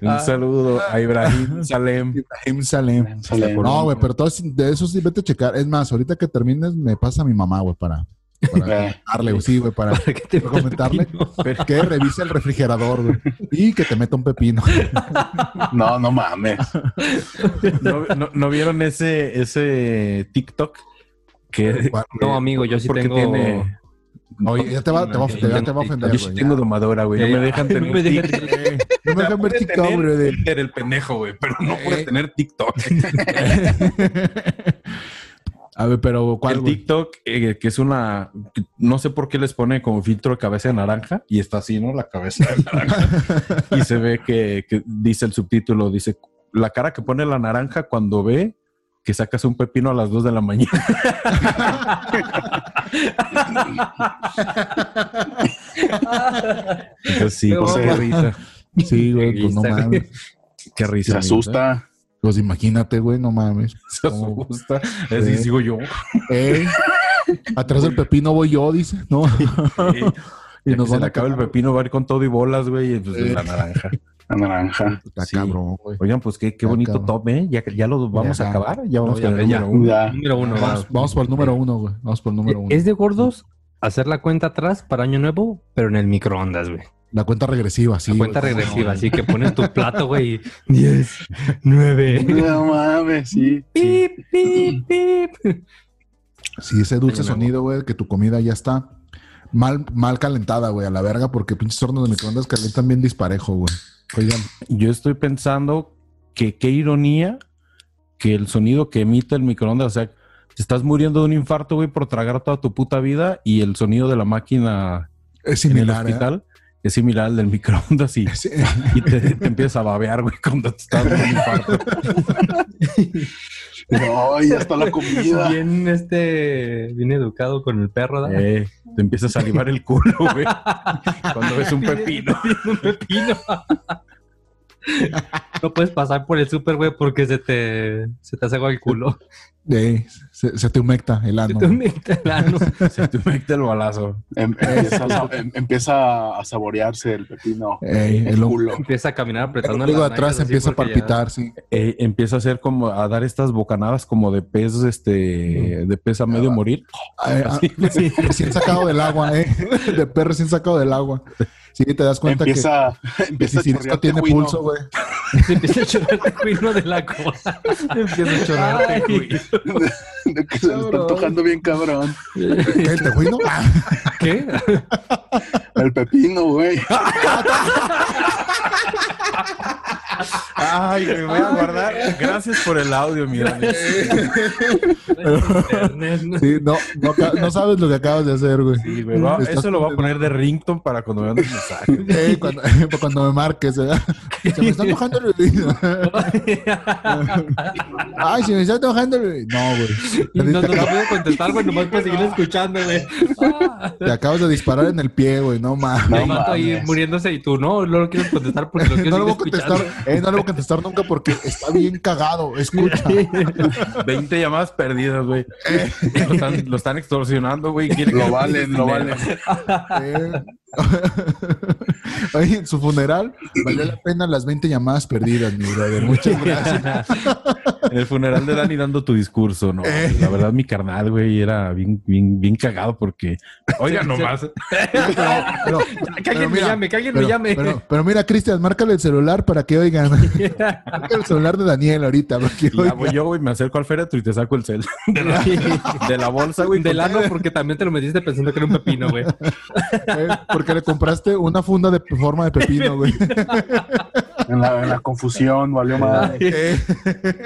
S3: Un saludo a Ibrahim Salem.
S6: Ibrahim Salem.
S5: Sale.
S6: No, güey, pero todo sin- de eso sí, vete a checar. Es más, ahorita que termines, me pasa a mi mamá, güey, para, para
S5: Eh,
S6: darle, güey, sí, güey, para,
S4: ¿Qué te
S6: para comentarle que revise el refrigerador, güey, y que te meta un pepino.
S5: No, no mames.
S3: ¿No, no, no vieron ese, ese TikTok? Que,
S4: No, amigo, yo sí
S3: porque
S4: tengo.
S3: tiene-
S6: Oye, ya te va, te va, te va- te va a ofender,
S3: Yo sí
S6: güey.
S3: tengo domadora, güey. No
S4: Eh,
S3: me dejan
S4: no
S3: tener
S4: me dejan
S3: TikTok.
S6: No me dejan ver
S3: Puede
S6: TikTok,
S3: tener
S6: güey. de-
S3: Twitter el pendejo, güey, pero no
S6: Eh.
S3: puedes tener TikTok.
S6: A ver, pero ¿cuál,
S3: el
S6: güey?
S3: TikTok, eh, que es una. que no sé por qué les pone como filtro de cabeza de naranja y está así, ¿no? La cabeza de naranja. y se ve que, que dice el subtítulo: dice la cara que pone la naranja cuando ve que sacas un pepino a las 2 de la mañana. Entonces, sí,
S4: No,
S3: pues, qué
S5: mames.
S3: risa.
S6: Sí, güey, pues no
S4: Insta, güey.
S6: mames.
S3: Qué risa.
S5: Se
S3: amigo.
S5: asusta.
S6: Pues imagínate, güey, no mames.
S3: Se asusta. Así
S6: Sí.
S3: sigo yo.
S6: Ey, atrás del pepino voy yo, dice. No.
S3: Y nos se
S6: van
S3: le
S6: a
S3: acaba el
S6: cagar.
S3: pepino, va a ir con todo y bolas, güey. y, pues,
S6: Sí.
S3: la naranja.
S5: La naranja.
S6: Está
S3: Sí.
S6: cabrón, güey.
S3: Oigan, pues qué, qué
S6: Ah,
S3: bonito
S6: cabrón.
S3: top, ¿eh? Ya, ya lo vamos
S6: Ya.
S3: a acabar. Ya vamos
S4: No, ya,
S3: a
S4: ya.
S5: Ya.
S4: Número uno.
S6: Vamos,
S4: va.
S6: vamos por el número uno, güey. Vamos por el número uno.
S4: Eh, Es de gordos hacer la cuenta atrás para año nuevo, pero en el microondas, güey.
S6: La cuenta regresiva, sí.
S4: la cuenta
S6: güey.
S4: regresiva, así que pones tu plato, güey. 10, 9.
S5: No mames, sí.
S4: Pip, pip, pip.
S6: Sí, ese dulce
S4: Ahí me
S6: sonido, güey, que tu comida ya está mal, mal calentada, güey, a la verga, porque pinches hornos de microondas calentan bien disparejo, güey. Oigan,
S3: Yo estoy pensando que qué ironía que el sonido que emite el microondas, o sea, te estás muriendo de un infarto, güey, por tragar toda tu puta vida y el sonido de la máquina
S6: es
S3: en el
S6: similar. ¿eh?
S3: hospital es similar al del microondas y,
S6: Sí.
S3: y te, te empiezas a babear, güey, cuando te estás dando un infarto.
S5: No, ya está la comida.
S4: Bien, este, bien educado con el perro, ¿da?
S3: Eh, te empieza a salivar el culo, güey, cuando ves un pepino.
S4: un pepino. No puedes pasar por el súper, güey, porque se te, se te hace agua el culo.
S6: Eh, se, se te humecta el ano.
S4: Tú me talano.
S3: Se te humecta el balazo.
S5: Em- empieza, a, sa- em- empieza a saborearse el pepino.
S6: Ey, el, ojo-
S5: culo.
S4: Empieza a caminar
S6: el
S4: apretando
S6: ombligo de
S4: las
S6: atrás
S4: nalgas, así,
S6: empieza a
S4: porque ya-
S6: palpitar, sí.
S3: Eh, empieza a hacer como a dar estas bocanadas como de pez, este, de pez a medio morir.
S6: Ah, eh, ah, Recién sacado del agua, ¿eh? De perro recién sacado del agua. Sí, te das cuenta
S5: Empieza,
S6: que
S5: empieza a
S6: si
S5: chorrear
S6: esto tiene pulso, güey.
S4: Se empieza a chorrear el cuino de la cola.
S3: Empieza a
S4: Ay.
S5: que se le está antojando bien cabrón.
S6: ¿Qué, ¿El tejuino? Ah,
S4: ¿Qué?
S5: El pepino, güey.
S3: Ay, me voy a guardar. Gracias por el audio, mira.
S4: Internet.
S6: sí, no, no, ca- no sabes lo que acabas de hacer, güey.
S3: Sí, güey, va-
S6: Estás-
S3: eso lo voy a poner de ringtone para cuando me manden mensaje.
S6: Ey, eh, cuando, cuando me marques, ¿verdad? Se me está antojando el Ay, se me está antojando el No, güey.
S4: No, no,
S6: Te,
S4: no puedo contestar, güey, nomás para seguir escuchando, güey. Ah,
S6: te acabas de disparar en el pie, güey. No, mames.
S5: No
S4: el vato ahí
S5: mames.
S4: muriéndose y tú, no, no lo quieres contestar porque lo
S6: No
S4: quiero
S6: lo
S4: seguir
S6: voy a contestar,
S4: escuchando.
S6: eh, no lo voy a contestar nunca porque está bien cagado. Escucha.
S3: 20 llamadas perdidas, güey. Lo están, lo están extorsionando, güey. Quieren que
S5: Eh. Lo
S3: le prestes
S5: valen, lo
S3: dinero.
S5: valen.
S6: Eh. Oye, en su funeral valió la pena las 20 llamadas perdidas, mi brother. Muchas gracias.
S3: En el funeral de Dani dando tu discurso, ¿no?
S5: Eh.
S3: La verdad, mi carnal, güey, era bien, bien, bien cagado porque... Oiga, nomás.
S6: Pero-
S4: Que alguien
S6: pero
S4: me
S6: mira,
S4: llame, que alguien me
S6: pero-
S4: llame.
S6: Pero, pero mira, Cristian, márcale el celular para que oigan. Márcale el celular de Daniel ahorita. para que
S3: Y ya
S6: oigan.
S3: voy yo, güey, me acerco al féretro y te saco el cel de la, de la bolsa, güey.
S4: Del
S3: con-
S4: ano porque también te lo metiste pensando que era un pepino, güey.
S6: Eh, porque le compraste una funda de forma de pepino, güey.
S5: En la, en la confusión, valió madre.
S6: Eh.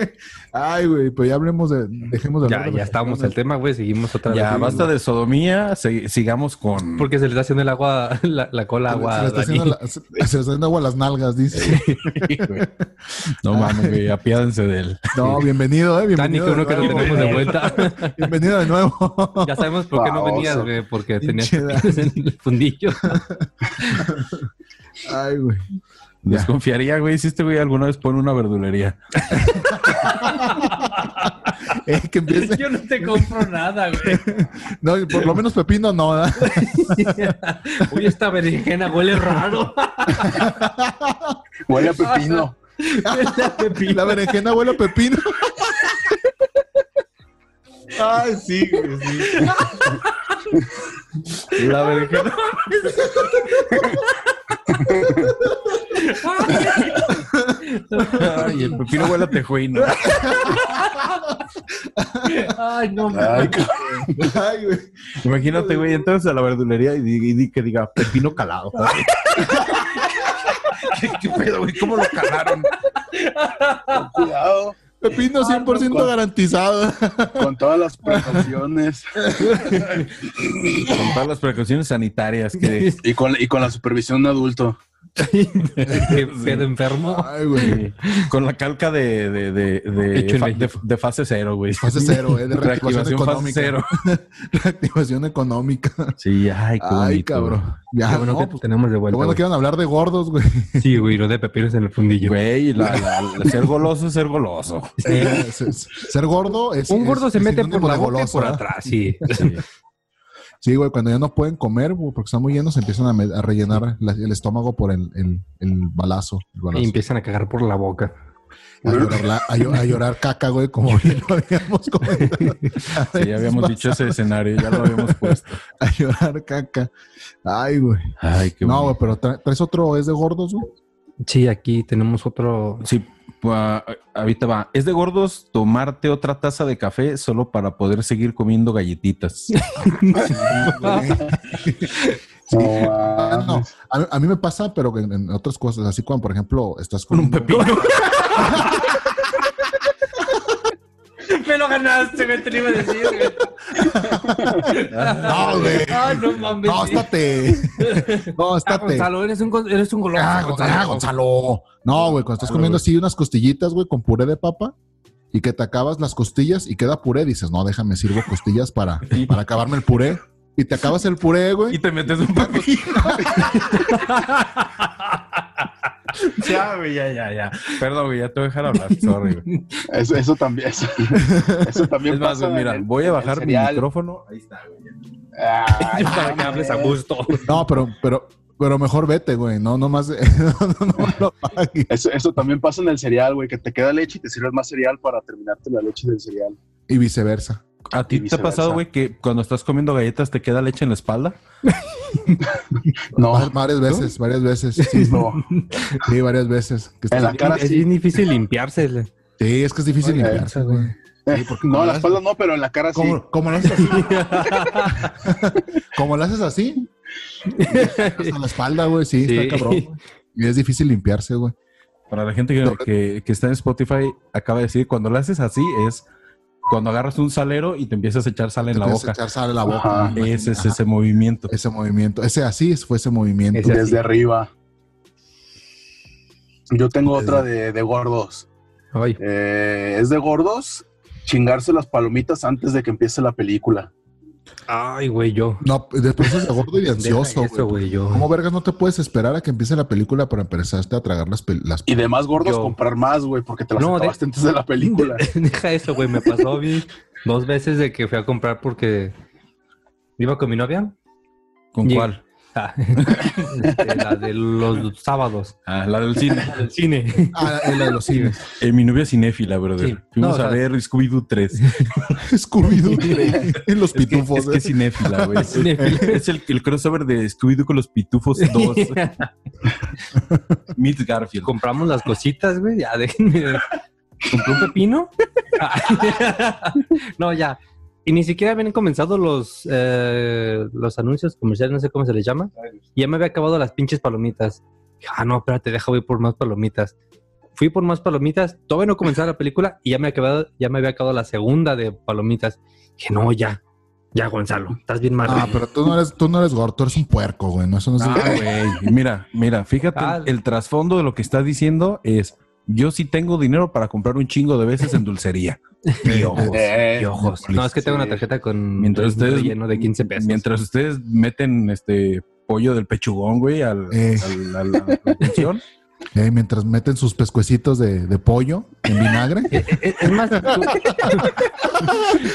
S6: Ay, güey, pues ya hablemos de. Dejemos de
S4: Ya,
S6: hablar de
S4: ya
S6: las
S4: estábamos al
S6: personas.
S4: tema, güey. Seguimos otra
S3: Ya,
S4: vez.
S3: basta de sodomía, se- sigamos con...
S4: Porque se le está haciendo el agua, la, la cola
S6: Se
S4: agua.
S6: le está haciendo
S4: Dani.
S6: la- se- se le está haciendo agua a las nalgas, dice.
S3: No mames, güey, apiádense de él.
S6: No, bienvenido, eh.
S4: Dani,
S6: Bienvenido.
S4: que uno
S6: de
S4: que lo
S6: nuevo. eh,
S4: tenemos de vuelta.
S6: Bienvenido de nuevo.
S4: Ya sabemos por qué no
S5: Baboso.
S4: venías, güey, porque tenías
S6: Pinche Dani.
S4: en el fundillo.
S6: Ay, güey.
S3: Desconfiaría, güey, si este güey alguna vez pone una verdulería.
S6: Eh, que empiece.
S4: Yo no te compro nada, güey.
S6: No, por lo menos Pepino no, ¿verdad?
S4: Uy, esta berenjena huele raro.
S5: Huele a pepino.
S6: La berenjena huele a Pepino. Ay, sí, güey, sí.
S3: La berenjena. Ay, el pepino huele a tejuino.
S4: Ay, no,
S5: Ay,
S4: mames.
S5: cabrón.
S6: Ay, güey.
S3: Imagínate, güey, entras a la verdulería y, di- y di- que diga pepino calado. ¿Qué, qué pedo, güey? ¿Cómo lo calaron?
S5: cuidado.
S4: Ah,
S6: Pepino 100%
S5: no,
S6: garantizado.
S5: Con todas las precauciones.
S3: Con todas las precauciones sanitarias que...
S5: Y con, y con la supervisión de un adulto.
S4: Qué pedo enfermo.
S6: Ay, güey.
S3: Con la calca de, de, de, de,
S4: Hecho en
S3: fa-
S4: México.
S3: de- de fase cero, güey.
S6: Fase cero, eh, de
S3: Reactivación
S6: reactivación
S3: fase
S6: económica.
S3: cero.
S6: Reactivación económica.
S3: Sí, ay, qué
S6: Ay,
S3: bonito,
S6: cabrón.
S3: güey.
S6: Ya,
S4: Qué bueno
S6: no,
S4: que te
S6: pues,
S4: tenemos de
S6: qué
S4: vuelta.
S6: bueno que iban a hablar de gordos, güey.
S4: güey. Sí, güey, no de pepinos en el fundillo.
S3: Güey, la, la- la- ser goloso es ser goloso.
S6: Eh, ser- ser gordo es.
S4: Un gordo
S6: es-
S4: se
S6: es
S4: mete por
S6: sinónimo
S4: la
S6: de ¿eh?
S4: boca y
S6: goloso,
S4: por
S6: ¿verdad?
S4: atrás, sí.
S3: Sí.
S6: Sí, güey, cuando ya no pueden comer güey, porque están muy llenos, empiezan a, me- a rellenar la- el estómago por el, el- el balazo. el balazo.
S4: Y empiezan a cagar por la boca.
S6: A llorar, la- a llo- a llorar caca, güey, como bien lo habíamos comentado.
S3: Sí, ya habíamos dicho ese escenario, ya lo habíamos puesto.
S6: A llorar caca. Ay, güey.
S3: Ay, qué bueno.
S6: No, güey, pero tra- traes otro, es de gordos, güey.
S4: Sí, aquí tenemos otro.
S3: Sí, pa- ahorita va. Es de gordos tomarte otra taza de café solo para poder seguir comiendo galletitas.
S5: No,
S6: Ah, Eh, no.
S5: mames.
S6: A, a mí me pasa, pero en, en otras cosas, así cuando, por ejemplo, estás con un
S3: pepino.
S4: Me lo ganaste, güey, te lo iba a decir, güey.
S6: No, güey.
S4: Ah, no mames.
S6: No,
S4: sí.
S6: estate. No,
S4: Ah,
S6: estate.
S4: Gonzalo, eres un, gon- eres un goloso.
S6: Ah, Gonzalo. ah, Gonzalo. No, güey, cuando estás comiendo así unas costillitas, güey, con puré de papa y que te acabas las costillas y queda puré, dices, no, déjame, sirvo costillas para, para acabarme el puré. Y te acabas el puré,
S3: Y
S6: güey.
S3: te metes un pepino. Ya, güey, ya, ya, ya. Perdón, güey, ya te voy a dejar hablar. Sorry, güey.
S5: Eso, eso también, eso, eso también
S3: Es más,
S5: pasa
S3: güey, mira,
S5: en el-
S3: voy a
S5: en el
S3: bajar mi
S5: cereal.
S3: micrófono. Ahí está, güey.
S5: Ay,
S4: Para que hables a gusto.
S6: No, pero, pero, pero mejor vete, güey. No, no más. No, no, no, lo pagues.
S5: eso, eso también pasa en el cereal, güey, que te queda leche y te sirves más cereal para terminarte la leche del cereal.
S6: Y viceversa.
S3: ¿A ti
S5: Y
S3: te ha pasado,
S5: viceversa.
S3: güey, que cuando estás comiendo galletas te queda leche en la espalda?
S5: No,
S6: Va- Varias veces, varias veces. Sí,
S5: no.
S6: sí, varias veces. Que
S5: En la
S6: estás-
S5: cara
S4: es
S5: sí.
S4: bien difícil limpiarse.
S6: sí, es que es difícil
S5: Oye,
S6: limpiarse, güey. Sí, porque
S5: No,
S6: como
S5: en la
S6: lo
S5: espalda
S6: haces-
S5: no, pero en la cara sí.
S6: Como, como lo haces así. como lo haces así. Hasta la espalda, güey. Sí,
S4: Sí.
S6: está cabrón. güey. Y es difícil limpiarse, güey.
S3: Para la gente que,
S6: No.
S3: que- que está en Spotify, acaba de decir, cuando lo haces así es cuando agarras un salero y te empiezas a echar sal en
S6: Te
S3: la
S6: empiezas a
S3: boca.
S6: echar sal en la
S5: Ajá.
S6: boca. me imagino.
S3: Ese es
S6: Ajá.
S3: ese movimiento.
S6: Ese movimiento. Ese así fue ese movimiento.
S4: Ese-
S5: Desde arriba. Yo tengo
S6: Desde-
S5: otra de, de gordos.
S4: Ay,
S5: Eh, es de gordos chingarse las palomitas antes de que empiece la película.
S4: ay, güey, yo.
S6: No, después es de gordo y de ansioso,
S4: Deja eso,
S6: güey.
S4: güey, yo.
S6: ¿Cómo vergas no te puedes esperar a que empiece la película para empezarte a tragar las, pel- las
S5: Y de más gordos
S4: Yo.
S5: comprar más, güey, porque te las
S4: No, de-
S5: acabaste antes de la película.
S4: Deja eso, güey. Me pasó bien dos veces de que fui a comprar porque iba con mi novia.
S3: ¿Con
S4: Llega-
S3: cuál?
S4: Ah, este, la de los sábados.
S3: Ah, la del cine.
S4: La del cine.
S6: Ah, en la de los cines.
S3: Eh, mi novia es cinéfila, brother.
S4: Sí.
S3: Fuimos
S4: No, o
S3: a
S4: sea-
S3: ver Scooby-Doo 3.
S6: Scooby-Doo y los
S3: Es que,
S6: pitufos. ¿eh?
S3: es que es cinéfila, güey. Es,
S4: Cinéfila.
S3: es el, el crossover de Scooby-Doo con los pitufos 2. Mitch Garfield.
S4: Compramos las cositas, güey. Ya, déjenme. ¿Compré un pepino? Ah, no, ya. Y ni siquiera habían comenzado los, eh, los anuncios comerciales, no sé cómo se les llama. Y ya me había acabado las pinches palomitas. Dije, Ah, no, espérate, deja, voy por más palomitas. Fui por más palomitas, todavía no comenzaba la película y ya me, acabado, ya me había acabado la segunda de palomitas. Dije, no, ya, ya, Gonzalo, estás bien mal.
S6: Ah, pero tú no eres, tú no eres gordo, tú eres un puerco, Pues, güey. No, eso no es
S3: Ah, güey. Mira, mira, fíjate,
S4: Ah.
S3: el trasfondo de lo que está diciendo es: Yo sí tengo dinero para comprar un chingo de veces en dulcería. Piojos.
S5: Eh,
S3: Piojos.
S4: No, es que tengo
S5: Sí.
S4: una tarjeta con
S3: Mientras
S4: un
S3: ustedes,
S4: relleno de 15 pesos.
S3: mientras ustedes meten este pollo del pechugón, güey, al,
S6: Eh.
S3: al- al- a la función,
S6: Eh, mientras meten sus pescuecitos de, de pollo en vinagre.
S4: Es, es más, tú-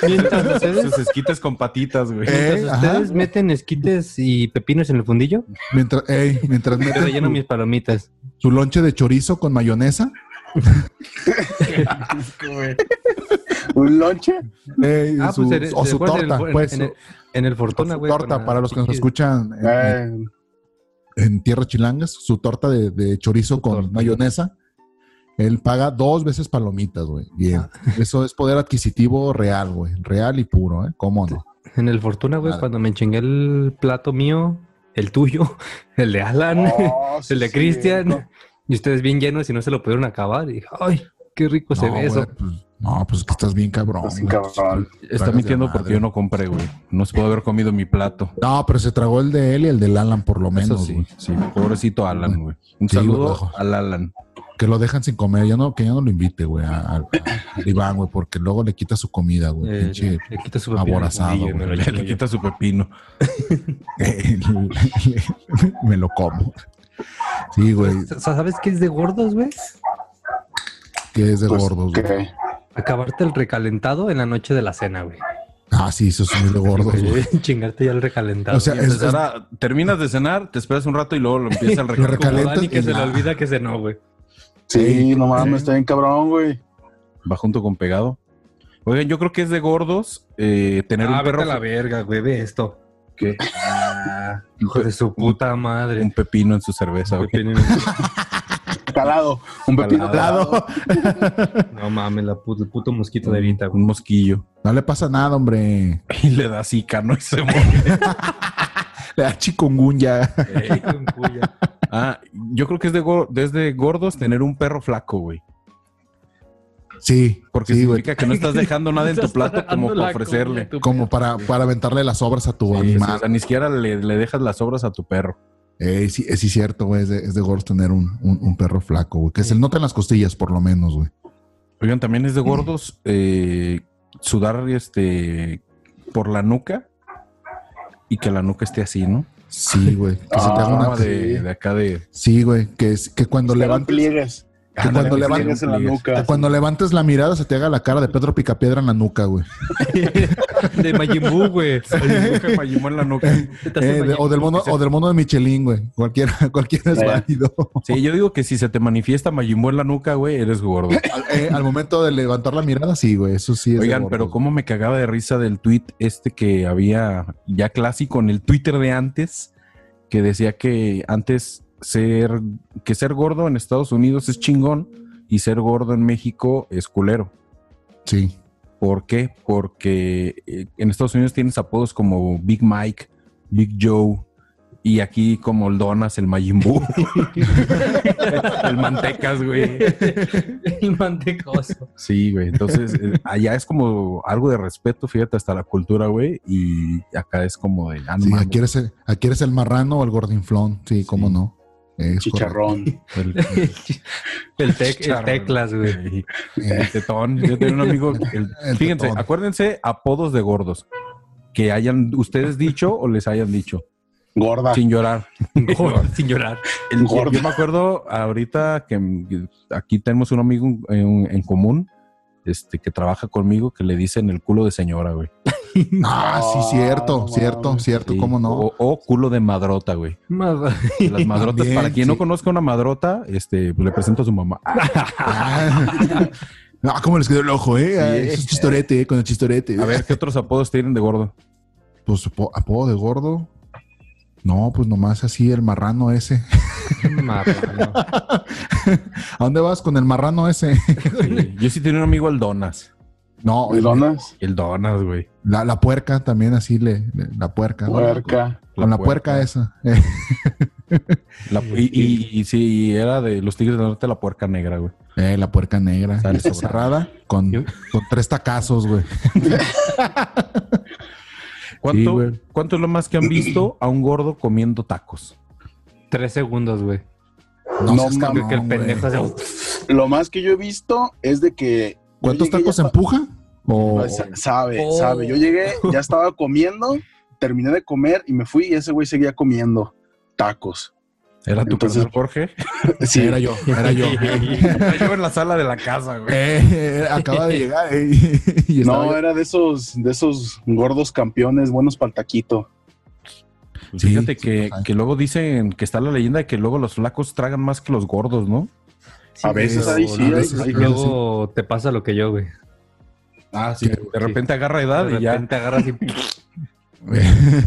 S4: mientras ustedes,
S3: sus pues, esquites con patitas, güey.
S6: Eh,
S4: mientras
S6: ajá.
S4: ustedes meten esquites y pepinos en el fundillo,
S6: Mientras, eh, mientras
S4: yo relleno
S6: meten
S4: mis
S6: su,
S4: palomitas.
S6: su lonche de chorizo con mayonesa.
S5: ¿Un lonche?
S6: eh,
S4: Ah,
S6: su-
S4: pues, en-
S6: o
S4: ¿se
S6: su
S4: acuerdan
S6: torta,
S4: en el-
S6: pues.
S4: en el-
S6: su-
S4: En el
S6: su
S4: Fortuna, güey.
S6: torta,
S4: con la
S6: para los que nos
S4: pinche-
S6: escuchan en, en-
S5: Eh,
S6: en Tierra Chilangas, su torta de, de chorizo con
S4: torta.
S6: mayonesa. Él paga dos veces palomitas, güey. Bien. Eso es poder adquisitivo real, güey. Real y puro, ¿eh? ¿Cómo no?
S4: En el Fortuna, güey,
S6: Madre.
S4: cuando me chingué el plato mío, el tuyo, el de Alan,
S5: oh,
S4: ah, el de
S5: sí,
S4: Cristian,
S5: no.
S4: y ustedes bien llenos y no se lo pudieron acabar. Y dije, ay, qué rico se
S6: no,
S4: ve
S6: güey,
S4: eso.
S6: pues, no, pues que estás bien cabrón.
S5: Estás bien
S6: güey.
S5: cabrón.
S3: Está
S6: Tragas
S3: mintiendo
S6: de
S3: porque
S6: madre.
S3: yo no compré, güey. No se puede haber comido mi plato.
S6: No, pero se tragó el de él y el del Alan, por lo
S3: Eso
S6: menos,
S3: sí,
S6: güey.
S3: sí. Pobrecito Alan, güey. Un
S6: Sí, lo
S3: saludo
S6: trajo.
S3: al Alan.
S6: Que lo dejan sin comer. Yo no, que ya no lo invite, güey, a, a- a- al Iván, güey, porque luego le quita su comida, güey.
S4: Eh,
S6: pinche.
S4: le quito su pepino
S6: aborazado,
S4: al fundillo y me
S6: güey.
S4: lo
S3: Le,
S4: lleno
S3: le
S4: yo.
S3: quita su pepino.
S6: me lo como. Sí, güey,
S4: O sea, ¿sabes qué es de gordos, güey?
S6: que es de
S5: Pues,
S6: gordos,
S5: ¿qué?
S6: güey.
S4: Acabarte el recalentado en la noche de la cena, güey.
S6: Ah, sí, eso es muy de gordos, güey.
S4: Chingarte ya el recalentado.
S6: O sea,
S3: Y
S6: es-
S3: empezar a- terminas de cenar, te esperas un rato y luego lo empieza el
S6: Lo
S3: recalentado.
S4: Como
S6: calentas
S4: Dani
S6: y
S4: que se le
S6: la-
S4: olvida que se no, güey.
S5: Sí, no
S6: Sí.
S5: mames, está bien cabrón, güey.
S3: Va junto con pegado. Oigan, yo creo que es de gordos eh, tener
S4: Ah,
S3: un perro.
S4: vete a la verga, güey, ve esto.
S3: ¿Qué?
S4: Ah, hijo de su puta madre.
S3: Un pepino en su cerveza, güey.
S5: Calado, un pepino
S3: Calado.
S5: calado.
S4: No mames, la puta, el puto mosquito de ahorita, güey.
S3: Un mosquillo.
S6: No le pasa nada, hombre.
S3: Y le da zika, ¿no? Y se muere.
S6: Le da chikungunya.
S4: Ey, con cuya.
S3: Ah, yo creo que es de, gor- desde gordos tener un perro flaco, güey.
S6: Sí,
S3: Porque
S6: sí, güey.
S3: significa que no estás dejando nada en tu
S4: Estás
S3: plato como
S4: tragando
S3: para
S4: la
S3: ofrecerle.
S4: comida, tu perro.
S6: Como para, para aventarle las obras a tu
S3: Sí, sí, o
S6: animal.
S3: sea, ni siquiera le, le dejas las obras a tu perro.
S6: Ey, sí, eh, sí, cierto, güey. Es de, es de gordos tener un, un- un perro flaco, güey. Que se le noten las costillas, por lo menos, güey.
S3: Oigan, también es de gordos eh, sudar este por la nuca y que la nuca esté así, ¿no?
S6: Sí, güey. Que se te haga
S3: Ah,
S6: una-
S3: de, de acá de.
S6: Sí, güey. Que, es- que cuando
S5: Levan
S6: levantes,
S5: pliegues.
S6: que cuando,
S5: Te dan
S6: levantes,
S5: pliegues en la nuca.
S6: que cuando levantes la mirada se te haga la cara de Pedro Picapiedra en la nuca, güey.
S4: De Majin Buu, güey.
S3: en la nuca.
S4: Te hace
S6: Eh, de-
S4: Majin
S6: o, del
S4: Buu,
S6: mono,
S4: que se-
S6: o del mono de Michelin, güey. Cualquiera, cualquiera es
S5: Ya, ya.
S6: válido.
S3: Sí, yo digo que si se te manifiesta Majimbo en la nuca, güey, eres gordo.
S6: Al, eh, al momento de levantar la mirada, sí, güey. Eso sí es. de
S3: Oigan,
S6: gordos,
S3: pero
S6: güey.
S3: cómo me cagaba de risa del tweet este que había ya clásico en el Twitter de antes, que decía que antes ser que ser gordo en Estados Unidos es chingón y ser gordo en México es culero.
S6: Sí.
S3: ¿Por qué? Porque eh, en Estados Unidos tienes apodos como Big Mike, Big Joe y aquí como el Donas, el Majin Buu, el Mantecas, güey.
S4: El mantecoso.
S3: Sí, güey. Entonces, eh, allá es como algo de respeto, fíjate, hasta la cultura, güey. Y acá es como de. ah, no
S6: Sí,
S3: mames,
S6: aquí eres, el, aquí eres el marrano o el gordinflón. Sí, cómo
S3: Sí.
S6: no. Es
S5: Chicharrón.
S3: el-
S4: El, tec, el
S3: Charro,
S4: teclas, güey.
S3: güey,
S6: correcto. Eh,
S3: El tetón. Yo tenía un amigo. el-
S6: El
S3: fíjense,
S6: tetón.
S3: acuérdense apodos de gordos que hayan ustedes dicho o les hayan dicho,
S6: Ah,
S5: Gorda.
S3: sin llorar.
S4: Sin llorar.
S3: El-
S5: Gordo.
S3: Yo me acuerdo ahorita que mm, aquí tenemos un amigo en, en común. Este que trabaja conmigo, que le dicen el culo de señora, güey.
S6: Ah, sí, cierto,
S5: No
S6: cierto,
S5: mames.
S6: cierto,
S3: Sí. Oh,
S6: cómo no.
S3: O- o culo de madrota, güey.
S4: Más-
S3: Las madrotas,
S6: También,
S3: para quien
S6: sí.
S3: no conozca una madrota, este, pues, le presento a su mamá.
S6: Ah, Ah, cómo les quedó el ojo, eh. Ah,
S3: Sí.
S6: eso es chistorete, eh, con el chistorete.
S3: A ver, ¿qué otros apodos tienen de gordo?
S6: Pues apo- apodo de gordo. No, pues nomás así el marrano ese.
S4: Marrano.
S6: ¿A dónde vas con el marrano ese?
S3: Sí, Yo sí tenía un amigo el Donas.
S6: No,
S5: ¿De donas?
S3: El Donas, güey.
S6: La, la puerca también así le, le- la puerca. ¿no?
S5: Puerca.
S6: Con la puerca, esa. Eh,
S3: La- y, y- y sí, era de los Tigres del Norte, la puerca negra, güey.
S6: eh, la puerca negra.
S3: Sale sobrado.
S6: cerrada con,
S4: Yo-
S6: con tres tacazos, güey.
S3: ¿Cuánto,
S6: güey.
S3: ¿Cuánto es lo más que han visto a un gordo comiendo tacos?
S4: Tres segundos, güey.
S5: No
S6: seas
S5: mames,
S6: cabrón,
S4: que el
S6: güey.
S4: pendejo hace.
S5: Lo más que yo he visto es de que. yo
S6: ¿Cuántos
S5: llegué y ya
S6: tacos
S5: estaba-
S6: empuja? O,
S5: Ay, sa- Sabe,
S4: Oh.
S5: sabe. Yo llegué, ya estaba comiendo, terminé de comer y me fui y ese güey seguía comiendo tacos.
S3: Era tu
S5: Entonces-
S3: carnal, Jorge.
S5: Sí,
S6: era yo, era yo.
S3: Yo en la sala de la casa, güey.
S6: Eh, acaba de llegar. eh, y estaba
S5: no,
S6: yo-
S5: era de esos, de esos gordos campeones buenos para el taquito.
S3: Pues
S6: Sí,
S3: Fíjate
S6: sí,
S3: que,
S6: ajá.
S3: que luego dicen que está la leyenda de que luego los flacos tragan más que los gordos, ¿no?
S5: A veces
S4: pero
S5: ahí sí,
S4: a
S5: ahí-
S4: veces
S5: ahí-
S4: Luego te pasa lo que yo, güey.
S3: Ah,
S6: sí,
S3: De repente agarra edad
S4: De
S3: Ah, y ya.
S4: repente agarras y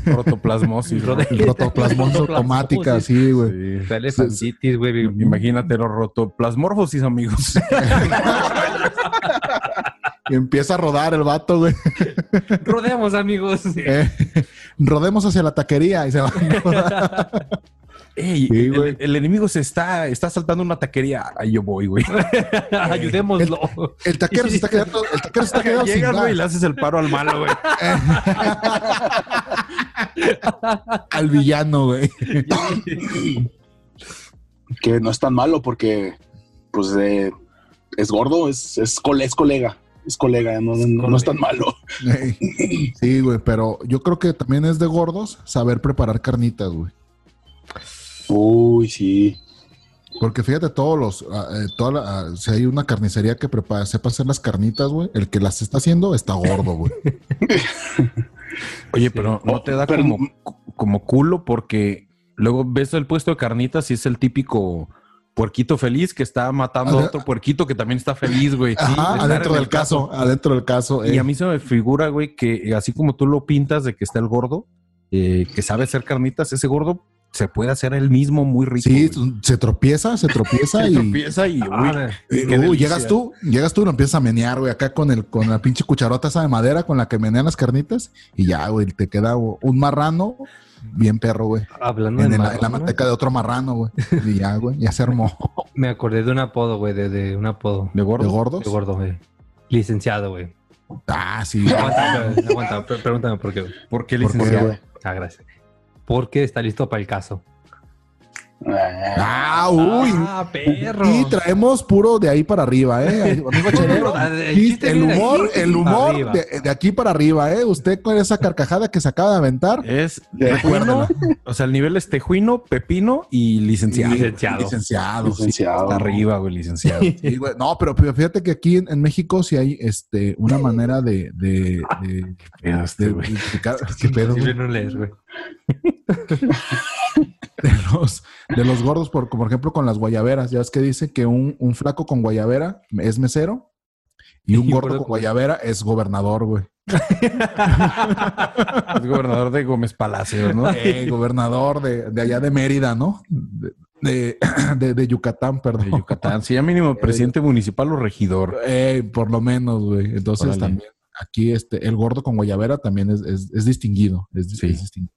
S3: Protoplasmosis. ¿no?
S6: el rotoplasmón automática, sí, güey.
S3: Sí.
S4: sale fancitis, güey.
S3: Imagínate lo roto. Plasmorfosis, amigos.
S6: Y empieza a rodar el vato, güey.
S4: Rodeamos, amigos.
S6: Eh, rodemos hacia la taquería y se va.
S3: Ey,
S6: Sí, güey.
S3: el, el enemigo se está, está saltando una taquería. Ahí yo voy, güey.
S4: Ayudémoslo.
S6: El taquero se está quedando, el taquero se está quedando sin
S3: Llegas,
S6: gas.
S3: güey, y le haces el paro al malo, güey.
S6: al villano, güey.
S5: que no es tan malo porque, pues, eh, es gordo, es, es, cole- es colega, es colega, no, no- no es tan malo.
S6: Ey. Sí, güey, pero yo creo que también es de gordos saber preparar carnitas, güey.
S5: Uy, sí.
S6: Porque fíjate, todos los, ah, eh, toda la- ah, si hay una carnicería que prepara, sepa hacer las carnitas, güey, el que las está haciendo está gordo, güey.
S3: Oye, pero no te da
S5: Pero-
S3: como, como culo porque luego ves el puesto de carnitas y es el típico puerquito feliz que está matando a otro puerquito que también está feliz, güey.
S6: Ajá,
S3: Estar
S6: adentro
S3: en
S6: del
S3: el caso.
S6: caso, adentro del caso.
S3: Y
S6: eh.
S3: a mí se me figura, güey, que así como tú lo pintas de que está el gordo, eh, que sabe hacer carnitas, ese gordo se puede hacer él mismo muy rico.
S6: sí,
S3: güey. Ah,
S6: se tropieza, se tropieza
S3: Se
S6: y
S3: tropieza y uy,
S4: A ver,
S3: qué
S6: Eh, uh,
S3: delicia.
S6: llegas tú, llegas tú y lo empiezas a menear, güey, acá con el, con la pinche cucharota esa de madera con la que menean las carnitas, y ya, güey, te queda güey, un marrano bien perro, güey.
S4: Hablando
S6: En,
S4: de
S6: el-
S4: marrano,
S6: en la manteca de otro marrano, güey. Y ya, güey, ya se armó.
S4: me acordé de un apodo, güey, de, de un apodo.
S3: de gordo.
S6: ¿De gordos?
S4: De gordo, güey. Licenciado, güey.
S6: Ah, sí.
S4: Aguanta, güey, aguanta, pre- pregúntame por qué, güey.
S6: Pues
S3: ¿Por qué
S6: ¿Por qué,
S3: licenciado?
S6: güey?
S4: Ah, gracias. Porque está listo para el caso.
S5: Ah,
S6: Ah, uy.
S4: Ah, perro.
S6: Y traemos puro de ahí para arriba, ¿eh? Amigo Chelero.
S4: Ah, El
S6: Sí,
S4: chiste
S6: El
S4: viene de
S6: humor,
S4: aquí
S6: el humor
S4: arriba.
S6: de, de aquí para arriba, ¿eh? Usted con esa carcajada que se acaba de aventar.
S3: Es
S6: Recuérdala.
S3: tejuino, o sea, el nivel es tejuino, pepino y licenciado.
S4: Licenciado.
S6: Licenciado. sí.
S5: licenciado.
S3: Hasta arriba, güey, licenciado.
S6: Sí, güey. No, pero fíjate que aquí en, en México sí hay este, una manera de, de, de-
S3: Mira este,
S6: de-
S3: güey.
S6: de explicar- ¿Qué pedo, güey?
S4: Imposible no leer, güey.
S6: de los, de los gordos, por, por ejemplo, con las guayaberas. Ya ves que dice que un, un flaco con guayabera es mesero y un
S4: Y
S6: gordo
S4: gordo
S6: con
S4: con-
S6: guayabera es gobernador, güey.
S3: Es gobernador de Gómez Palacios, ¿no?
S6: Eh, gobernador de, de allá de Mérida, ¿no? De, de, de- de Yucatán,
S3: De
S6: perdón.
S3: Yucatán. Sí, ya mínimo presidente municipal o regidor.
S6: Eh, por lo menos, güey. Entonces
S3: Órale.
S6: también aquí este, el gordo con guayabera también es, es- es distinguido. Es,
S3: Sí.
S6: es distinguido.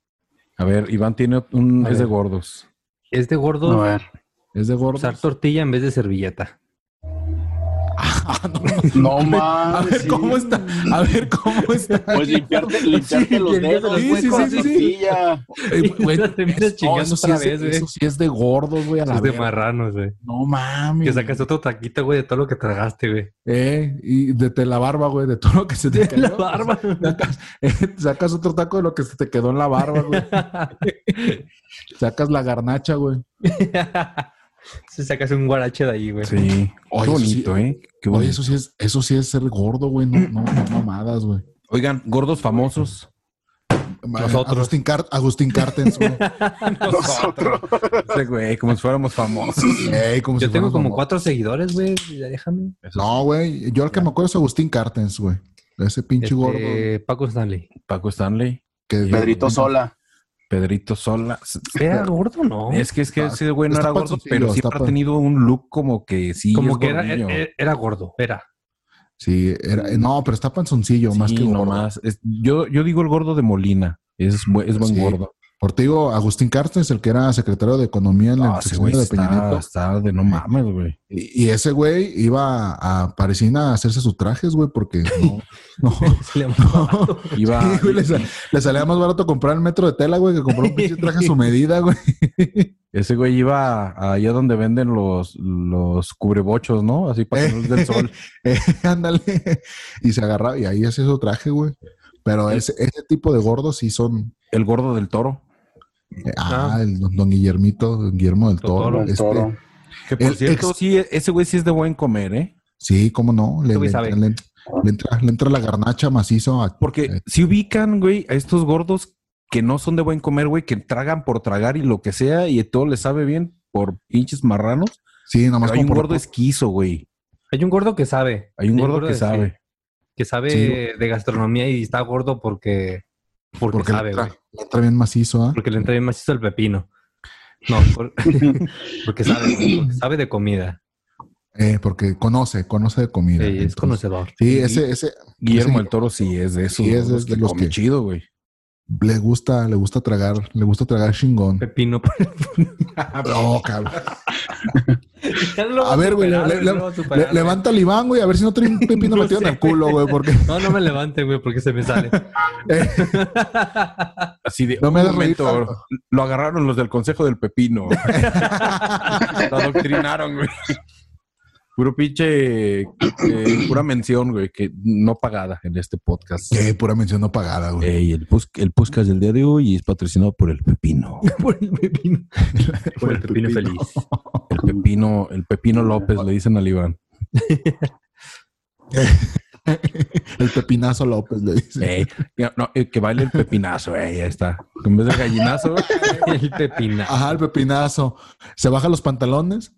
S3: A ver, Iván tiene un...
S4: A
S3: es de
S4: ver.
S3: gordos.
S4: Es de gordo
S5: A ver.
S6: Es de gordo.
S4: usar tortilla en vez de servilleta.
S6: Ah, no,
S5: No
S6: a ver
S5: mames. sí.
S6: cómo está. A ver cómo está.
S5: Pues limpiarte, limpiarte
S4: Sí,
S5: los
S4: limpiarte
S5: dedos.
S4: los
S5: güey,
S6: huecos,
S5: con
S6: sí,
S5: la
S6: sí.
S5: tortilla.
S6: Eh, güey,
S4: Te terminas
S6: es- no,
S4: chingando
S6: eso sí
S4: otra
S6: es de-
S4: vez, güey.
S6: Eso sí es de gordos, güey, a la Mm.
S4: Es de
S6: verga.
S4: marranos, güey.
S6: No mames.
S4: Que sacas otro taquito, güey, de todo lo que tragaste, güey.
S6: Eh, y de, de la barba, güey, de todo lo que se te quedó.
S4: La barba.
S6: Sacas, eh, sacas otro taco de lo que se te quedó en la barba, güey. Sacas la garnacha, güey.
S4: Si sacas un guarache de ahí, güey.
S3: Sí. Qué
S6: Oye, eso sí-
S3: bonito, ¿eh? Qué
S6: Oye,
S3: bonito.
S6: eso sí es, eso sí es ser gordo, güey. No, no, no mamadas, güey.
S3: Oigan, gordos famosos.
S4: Nosotros.
S6: Agustín, Car- Agustín Cartens, güey.
S5: Nosotros.
S3: Ese güey, como si fuéramos famosos.
S6: Ey, como
S4: Yo
S6: si
S4: tengo
S6: fuéramos
S4: como
S6: famosos.
S4: cuatro seguidores, güey. Ya Déjame.
S6: No, güey. Yo el que me acuerdo es Agustín Cartens, güey. Ese pinche
S4: Este,
S6: gordo.
S4: Paco Stanley.
S3: Paco Stanley, Eh,
S6: Que
S5: Pedrito Sola.
S3: Pedrito Sola.
S4: ¿Era gordo no?
S3: Es que es que ese güey no
S6: Ah, Está
S3: era gordo,
S6: panzoncillo,
S3: pero
S6: está
S3: siempre ha
S6: pan-
S3: tenido un look como que sí.
S4: Como
S3: es
S4: que era,
S3: gordillo.
S6: eh,
S4: era, era gordo, era.
S6: Sí, era, no, pero está panzoncillo,
S3: Sí,
S6: eh, más que
S3: no
S6: gordo.
S3: más. Es- yo, yo digo el gordo de Molina. Es, bu- es buen
S6: Sí.
S3: gordo.
S6: Por te digo, Agustín Cartes, el que era secretario de Economía en
S3: No,
S6: la
S3: Ah, ese
S6: sexenio
S3: güey
S6: de Peña
S3: está,
S6: Nieto.
S3: está de no mames, güey.
S6: Y, y ese güey iba a Parisina a hacerse sus trajes, güey, porque no. no.
S4: Se le llamaba vato.
S3: Iba,
S6: Sí, güey, le, sal- le salía más barato comprar el metro de tela, güey, que comprar un pinche traje a su medida, güey.
S3: ese güey iba allá donde venden los, los cubrebochos, ¿no? Así para que no les dé el sol.
S6: Eh, ándale. Y se agarraba y ahí hacía su traje, güey. Pero ese, ese tipo de gordos sí son.
S3: El gordo del toro.
S6: eh, ah, el don, don Guillermito, don Guillermo del
S4: Totoro,
S6: Toro.
S5: El
S6: este,
S5: toro.
S3: Que por
S6: El
S3: cierto,
S6: ex-
S3: sí, ese güey sí es de buen comer, ¿eh?
S6: Sí, cómo no. Le,
S4: Este güey
S6: le-
S4: sabe.
S6: le- le entra, le entra la garnacha macizo. a-
S3: Porque
S6: eh,
S3: si ubican, güey, a estos gordos que no son de buen comer, güey, que tragan por tragar y lo que sea y todo les sabe bien por pinches marranos.
S6: sí, nomás
S3: Pero hay
S6: como
S3: un
S6: por-
S3: gordo esquizo, güey.
S4: Hay un gordo que sabe.
S3: Hay un gordo que
S4: sí,
S3: sabe.
S4: que sabe
S6: Sí.
S4: de gastronomía y está gordo porque, porque,
S6: porque le
S4: sabe,
S6: entra,
S4: güey.
S6: le entra bien macizo, ¿ah?
S4: Porque le entra bien macizo el pepino. No, por- porque sabe, güey, porque sabe de comida.
S6: Eh, porque conoce, conoce de comida.
S4: Sí, es
S6: Entonces,
S4: conocedor.
S6: Sí, ese, ese
S3: Guillermo
S6: Sí.
S3: del Toro sí es de esos.
S6: Sí, es
S3: gordos
S6: de
S3: que
S6: los
S3: come
S6: que-
S3: chido, güey.
S6: le gusta, le gusta tragar, le gusta tragar chingón.
S4: Pepino.
S6: No, cabrón.
S4: Ya no lo
S6: A
S4: vas
S6: ver, güey,
S4: superar,
S6: le- le-
S4: no lo vas a
S6: Le-
S4: superar, güey.
S6: levanta al Iván, güey, a ver si no tiene un pepino
S4: No
S6: metido en
S4: sé,
S6: el culo, güey, porque
S4: No, no me levante, güey, porque se me sale.
S3: Así de.
S6: No me
S3: "Un
S6: hagas reír
S3: momento,
S6: tanto".
S3: Lo agarraron los del Consejo del Pepino. lo adoctrinaron, güey. Puro pinche. eh, pura mención, güey, que no pagada en este podcast.
S6: Eh, pura mención no pagada,
S4: Eh,
S6: güey.
S3: Ey, el, pus- el podcast del día de hoy es patrocinado por el Pepino.
S4: Por el pepino. Por el pepino feliz.
S3: El Pepino, el Pepino López, le dicen al Iván.
S6: El pepinazo López le dice.
S3: Ey, ya, no, eh, que baile el pepinazo, ey, ya está. En vez del gallinazo,
S4: El pepina.
S6: Ajá, el pepinazo. Se baja los pantalones,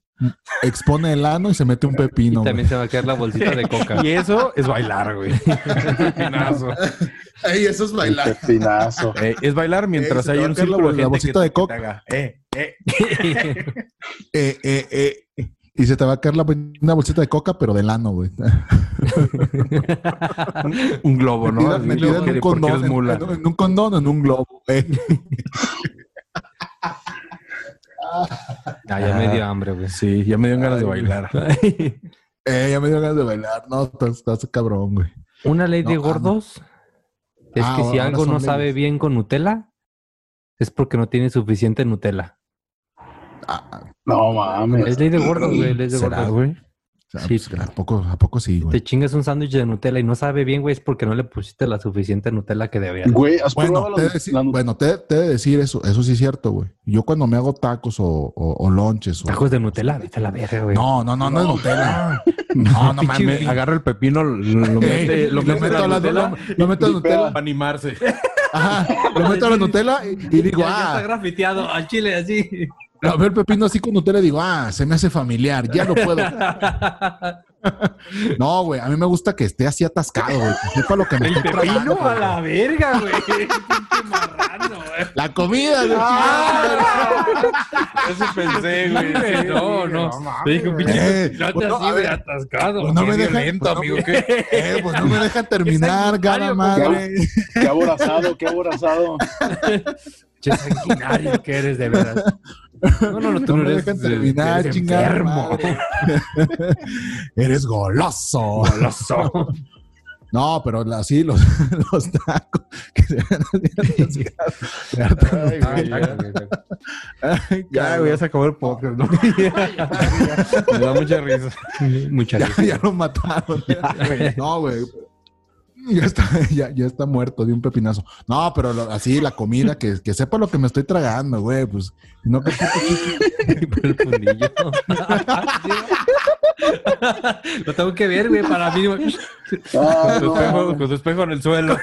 S6: expone el ano y se mete un
S4: y
S6: pepino. güey.
S4: también se va a quedar la bolsita de coca.
S3: y eso es bailar, güey. El pepinazo.
S6: Ey, eso es
S5: El
S6: bailar.
S5: pepinazo.
S3: Eh, es bailar mientras
S6: Ey,
S3: hay
S6: se te va a
S3: un
S6: caer la
S3: círculo de
S6: bol- la
S3: gente que-
S6: bolsita de
S3: que
S6: coca.
S3: te haga, eh, eh.
S6: Eh, eh, eh. Y se te va a caer la, bo- una bolsita de coca, pero del ano, güey.
S3: Un globo, ¿no?
S6: Metida-
S3: Así,
S6: metida
S3: porque-
S6: en
S3: porque eres
S6: un condón, en-
S3: mula.
S6: en, en un condón, en un globo. eh.
S4: Ah, ya
S3: Ah.
S4: me dio hambre, güey.
S3: Sí, ya me dieron ganas de bailar.
S6: Eh, ya me dio ganas de bailar. No, estás, estás cabrón, güey.
S4: Una ley de
S6: No, ah,
S4: gordos es
S6: Ah,
S4: que si
S6: ahora
S4: algo
S6: son
S4: no sabe
S6: leyes.
S4: bien con Nutella, es porque no tiene suficiente Nutella.
S6: Ah,
S5: No mames.
S4: Es ley de gordos, güey. Ley de
S6: ¿Será,
S4: gordos.
S6: güey? O sea,
S4: Sí.
S6: pues, ¿a, poco, ¿A poco sí, güey?
S4: Te chingas un sándwich de Nutella y no sabe bien, güey, es porque no le pusiste la suficiente Nutella que debía.
S5: Güey, ¿has
S4: Pues
S6: Bueno,
S5: probado
S6: te he
S5: la,
S6: de decir,
S5: la-
S6: bueno, te, te he de decir eso, eso sí es cierto, güey. Yo cuando me hago tacos o, o, o lonches o...
S4: Tacos de Nutella, vete a la verga, Ah, güey.
S6: No, no, no, no es
S5: No.
S6: Nutella. No, no
S3: Pinche-
S6: mames.
S3: Agarra el pepino, lo, lo mete,
S6: Ey,
S3: lo mete a la Nutella
S6: lo meto a la
S5: Ni pedo.
S6: Nutella.
S3: para animarse.
S6: Ajá, lo meto a la Nutella y, y digo, ah,
S4: grafiteado al chile, así.
S6: lo veo el pepino así con Nutella y digo, ah, se me hace familiar, ya lo puedo. No, güey, a mí me gusta que esté así atascado, güey. que Sepa lo que me estoy tragando.
S4: a
S6: güey.
S4: la verga, güey. Pinche marrano, güey. Ah.
S6: La comida, güey.
S3: Eso pensé, güey.
S4: No, no. Te dije un pinche
S6: Eh,
S4: pilote
S6: pues no,
S4: así,
S6: a
S4: güey,
S6: ver,
S4: atascado.
S6: pues no me
S4: Qué
S6: dejan-
S4: violento,
S6: pues no-
S4: amigo.
S6: Eh, pues no me dejan terminar, gana
S4: necesario,
S6: madre.
S5: Qué aborazado, qué aborazado.
S4: Che sanguinario que eres, de verdad. No, no, no, tú no
S6: No me
S4: eres.
S6: dejan terminar,
S4: eres
S6: chingada
S4: enfermo.
S6: madre. Eres goloso.
S4: Goloso.
S6: No, pero la- sí, los, los tacos que se ven así atascados. Me hartan los tacos. Ay,
S3: Ya, güey, ya se acabó el podcast. ¿no? Me da mucha risa.
S4: Mucha
S6: Ya,
S4: risa.
S6: ya lo mataron. No, güey. Ya está, ya, ya está muerto de un pepinazo. No, pero lo- así la comida, que, que sepa lo que me estoy tragando, güey. Pues no que
S4: el fundillo. Lo tengo que ver, güey, para mí. güey.
S5: Ah,
S3: Con tu,
S5: no.
S3: espejo, con tu espejo en el suelo.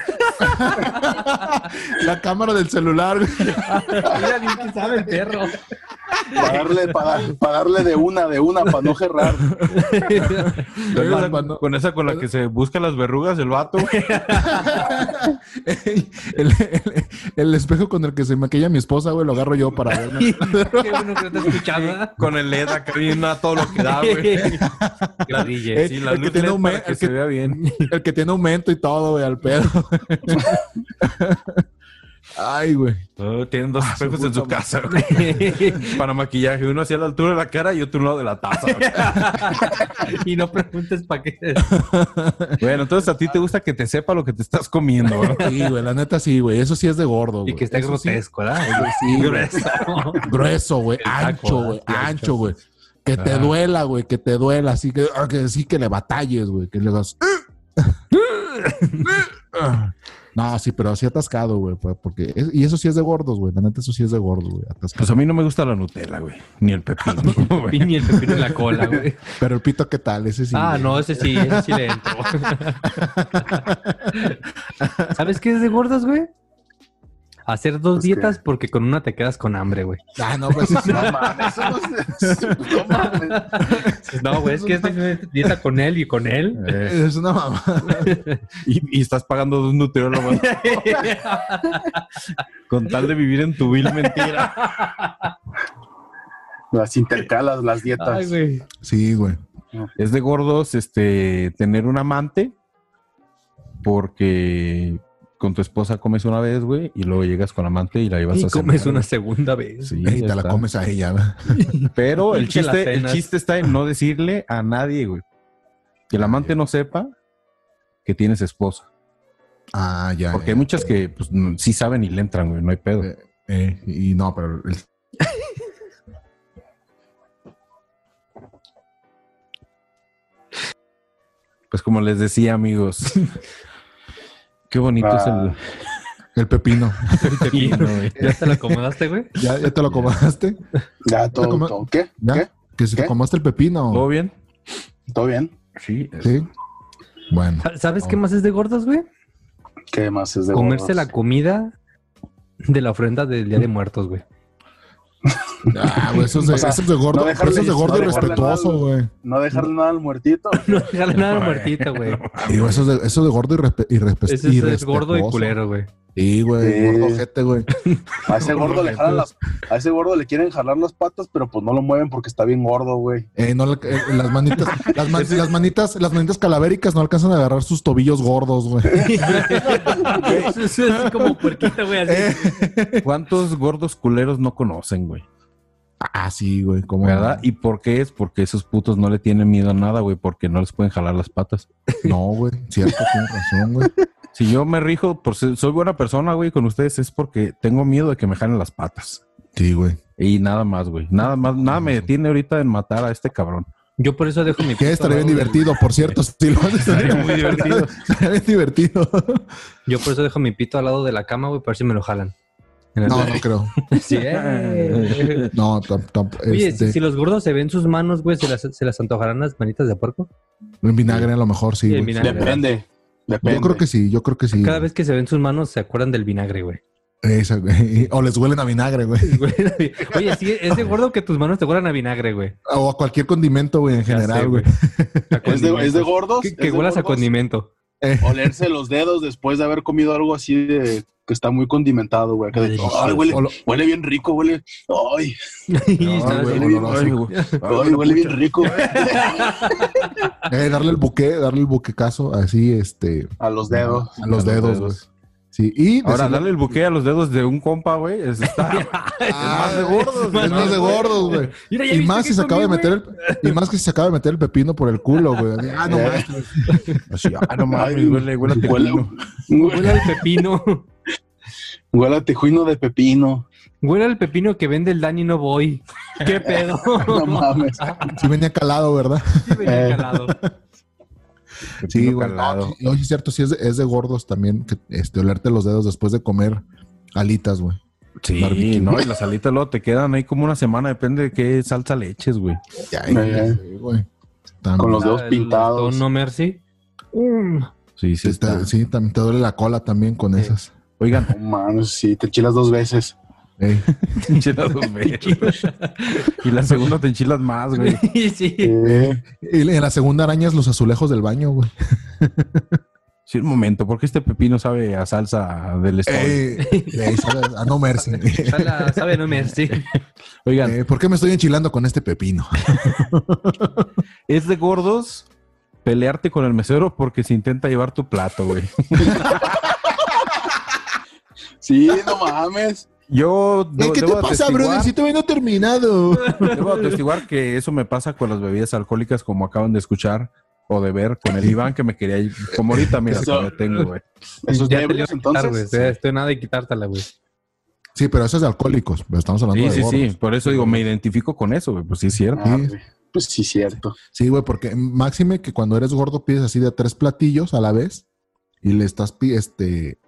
S6: la cámara del celular, güey.
S4: Mira, bien que sabe el perro.
S5: Para darle, para, para darle de una, de una, para no gerrar.
S6: Con
S3: Con
S6: la-
S3: esa-
S6: cuando-
S3: Con esa con la que se busca las verrugas, el vato. güey.
S6: el, el- el espejo con el que se maquilla mi esposa, güey, lo agarro yo para verme.
S4: Qué bueno que no te he escuchado. ¿eh? ¿verdad?
S3: Con el LED acá bien a todo lo que
S4: Ah,
S3: da, güey. La DJ. Sí, la
S6: Eh, El que
S3: luz
S6: tiene
S3: LED
S6: un
S3: para
S6: me-
S3: que
S6: el
S3: se
S6: que-
S3: vea bien.
S6: El que tiene aumento y todo, güey, al pedo. Ay, güey.
S3: Oh, tienen dos espejos en su
S6: Ah, puta
S3: casa, güey.
S4: Eh,
S3: Para maquillaje. Uno hacia la altura de la cara y otro a un lado de la taza, güey.
S4: y no preguntes para qué.
S3: Bueno, entonces a ti te gusta que te sepa lo que te estás comiendo, güey.
S6: Sí, güey, la neta sí, güey. Eso sí es de gordo, güey.
S4: Y que esté
S6: Eso sí,
S4: grotesco, ¿verdad?
S6: sí, güey.
S4: Grueso.
S6: grueso, güey,
S4: taco,
S6: ancho,
S4: ah,
S6: güey,
S4: sí, ancho.
S6: ancho, güey. Que te
S3: Ah.
S6: duela, güey, que te duela, así que, ah, que sí que le batalles, güey, que le hagas. "Ah, No, sí, pero así atascado, güey, pues, porque es- y eso sí es de gordos, güey. La neta eso sí es de gordos, güey, atascado.
S3: Pues a mí no me gusta la Nutella, güey. Ni el pepino, güey.
S4: Y ni el pepino en la cola, güey.
S6: Pero el pito, ¿qué tal? Ese sí.
S4: Ah,
S6: güey.
S4: no, ese sí, ese sí le entro. ¿Sabes qué es de gordos, güey? Hacer dos
S5: Pues, ¿qué?
S4: dietas porque con una te quedas con hambre, güey.
S6: Ah, no, pues sí.
S5: No mames, eso no es- No mames.
S4: No, güey, es que es de- dieta con él y con él.
S3: Eh,
S6: Es una mamá.
S3: y, y estás pagando dos Nutella nomás con tal de vivir en tu vil mentira.
S5: Las intercalas, las dietas.
S4: Ay, güey.
S6: Sí, güey.
S3: Es de gordos este tener un amante porque con tu esposa comes una vez, güey, y luego llegas con amante y la llevas
S4: Y
S3: a cenar,
S4: comes una
S3: güey.
S4: segunda vez.
S3: Sí,
S6: Y te la
S3: está.
S6: comes a ella, güey.
S3: Pero el
S4: Y te la
S3: chiste, el
S4: cenas.
S3: chiste está en no decirle a nadie, güey. Que el amante no sepa que tienes esposa.
S6: Ah, ya.
S3: Porque
S6: ya.
S3: hay muchas que pues, n- sí saben y le entran, güey, no hay pedo.
S6: Eh, eh, y no, pero el-
S3: Pues como les decía, amigos, qué bonito
S5: Ah.
S6: el pepino.
S3: es el, el pepino, güey.
S4: ¿Ya te la acomodaste, güey?
S6: ¿Ya, ya te lo comaste?
S5: Ya, todo,
S6: ¿Cómo?
S5: todo. ¿Qué?
S6: ¿Ya?
S5: ¿Qué?
S6: Que si te
S5: ¿Qué?
S6: comaste el pepino.
S3: ¿Todo bien?
S5: ¿Todo bien?
S3: Sí.
S6: Sí. Bueno.
S4: Sa- ¿Sabes qué más es de gordos, güey?
S5: ¿Qué más es de
S4: Comerse
S5: gordos?
S4: la comida de la ofrenda del Día de Muertos, güey.
S6: Ah, güey, eso es de,
S5: O sea,
S6: eso es de gordo,
S5: no
S6: pero
S5: dejarle-
S6: eso es de gordo
S5: no
S6: y
S5: dejarle
S6: respetuoso,
S5: nada.
S6: güey.
S5: No dejarle nada al muertito.
S4: No dejarle nada al muertito, güey.
S6: Digo, eso es de, eso es de gordo y, respe, y respe-
S4: Ese
S6: y
S4: es, es gordo y
S6: respetuoso.
S4: culero, güey.
S6: Sí, güey,
S5: Sí.
S6: gordo ojete, güey.
S5: A ese gordo le jalan las, a ese gordo le quieren jalar las patas, pero pues no lo mueven porque está bien gordo, güey.
S6: Eh, no, le- eh, las manitas, las, man- las manitas, las manitas calavéricas no alcanzan a agarrar sus tobillos gordos, güey.
S4: Eso es así como puerquita, güey. así.
S6: Eh,
S3: ¿Cuántos gordos culeros no conocen, güey?
S6: Ah, sí, güey, como
S3: ¿Verdad? ¿Y por qué es? Porque esos putos no le tienen miedo a nada, güey, porque no les pueden jalar las patas.
S6: No, güey, cierto, tienes razón, güey.
S3: Si yo me rijo por ser- soy buena persona, güey, con ustedes es porque tengo miedo de que me jalen las patas.
S6: Sí, güey.
S3: Y nada más, güey. Nada más, nada me detiene ahorita en matar a este cabrón.
S4: Yo por eso dejo mi.
S6: Que
S4: puto
S6: estaría bien
S4: lado de-
S6: divertido, por cierto. Si lo haces, estaría
S3: muy divertido.
S6: Estaría bien divertido.
S4: Yo por eso dejo mi pito al lado de la cama, güey, para ver si me lo jalan. En el-
S6: No, no creo.
S4: Sí, eh.
S6: No, tam- tam-
S4: Oye,
S6: este,
S4: si, si los gordos se ven sus manos, güey, ¿se las, ¿se las antojarán las manitas de puerco?
S6: en vinagre a lo mejor sí.
S4: Sí, en
S6: güey.
S4: vinagre.
S5: Depende. Depende.
S6: Yo creo que sí, yo creo que sí.
S4: Cada vez que se ven sus manos, se acuerdan del vinagre, güey.
S6: Esa, güey. o les huelen a vinagre, güey.
S4: Güey, Oye, sí, es de gordo que tus manos te huelan a vinagre, güey.
S6: O a cualquier condimento, güey, en
S4: Ya sé,
S6: general, güey.
S4: A
S5: ¿Es de, es de
S4: condimentos.
S5: gordos.
S4: Que,
S5: es
S4: que
S5: de
S4: huelas a
S5: gordos
S4: condimento.
S5: Olerse los dedos después de haber comido algo así de que está muy condimentado, güey. Acá de, Ay, huele,
S6: O lo-
S5: huele bien rico, huele. Ay,
S4: Y estás-
S6: güey,
S5: huele bien,
S6: oloroso,
S5: ay,
S6: güey.
S5: ay, huele bien rico.
S6: Eh, darle el buque, darle el buquecazo así, este,
S5: A los dedos.
S6: a los
S3: A los
S6: dedos, güey.
S3: dedos.
S6: Sí, y
S3: Ahora,
S6: decirle-
S3: darle el buque a los dedos de un compa, güey. es- Está...
S6: Ah,
S3: es más de gordos,
S6: es más de gordos, güey.
S4: Mira, ya
S6: Y
S4: viste
S6: más
S4: que
S6: si se acaba de
S4: comí,
S6: meter el, y más que se acaba de meter el pepino por el culo, güey. Así, Ah, no
S5: Eh.
S6: mames. Así, ah, no mames.
S3: Ay, huele, huele a
S5: Huele,
S3: tejuino.
S4: güey. Huele al pepino.
S5: huele a tejuino de pepino.
S4: Huele al pepino que vende el Dani No Boy. ¿Qué pedo?
S5: No mames.
S6: Sí venía calado, ¿verdad?
S4: Sí, venía calado.
S6: Sí,
S3: Pepino
S6: güey.
S3: calado.
S6: No, sí, no, sí es cierto, sí es de, es de gordos también, que, este, olerte los dedos después de comer alitas, güey.
S3: Sí,
S6: Barbecue.
S3: no, y las alitas luego te quedan ahí como una semana, depende de qué salsa le eches, güey.
S6: Ya,
S5: Ya, ya.
S6: sí, güey. También.
S5: Con los dedos
S4: Ah, el
S5: pintados.
S4: lastón, No Mercy. Mm.
S3: Sí,
S6: Sí,
S3: sí.
S6: está-
S3: está.
S6: sí, también te duele la cola también con esas.
S3: Oigan,
S5: No mames, sí, te enchilas dos veces.
S6: Ey.
S3: enchilas dos veces. Y la segunda te enchilas más, güey.
S4: Sí, sí.
S5: Eh,
S6: Y en la segunda araña es los azulejos del baño, güey.
S3: Sí, un momento, porque este pepino sabe a salsa del estado.
S6: Ey, ey, sabe- ah, no mercy.
S4: Sala- Sabe No Mercy.
S3: Oigan,
S6: Ey, ¿Por qué me estoy enchilando con este pepino?
S3: es de gordos pelearte con el mesero porque se intenta llevar tu plato, güey.
S5: sí, no mames.
S3: Yo
S6: Ey,
S3: de-
S6: ¿Qué te
S3: debo
S6: pasa,
S3: atestiguar-
S6: brother? Si todavía no he terminado.
S3: Debo atestiguar que eso me pasa con las bebidas alcohólicas, como acaban de escuchar o de ver con el Iván que me quería ir. Como ahorita, mira,
S5: Eso-
S3: que me tengo, güey.
S5: Esos
S4: Ya te la iba a
S5: dedos,
S4: quitar, güey.
S5: entonces.
S4: Estoy- Estoy nada de quitártela, güey.
S6: Sí, pero eso es de alcohólicos. pero Estamos hablando
S3: Sí,
S6: de
S3: sí,
S6: gordos.
S3: sí. Por eso digo, me identifico con eso, güey. Pues sí, es cierto.
S5: Ah, güey. pues sí, cierto.
S6: Sí, güey, porque máxime que cuando eres gordo pides así de tres platillos a la vez y le estás pi- este,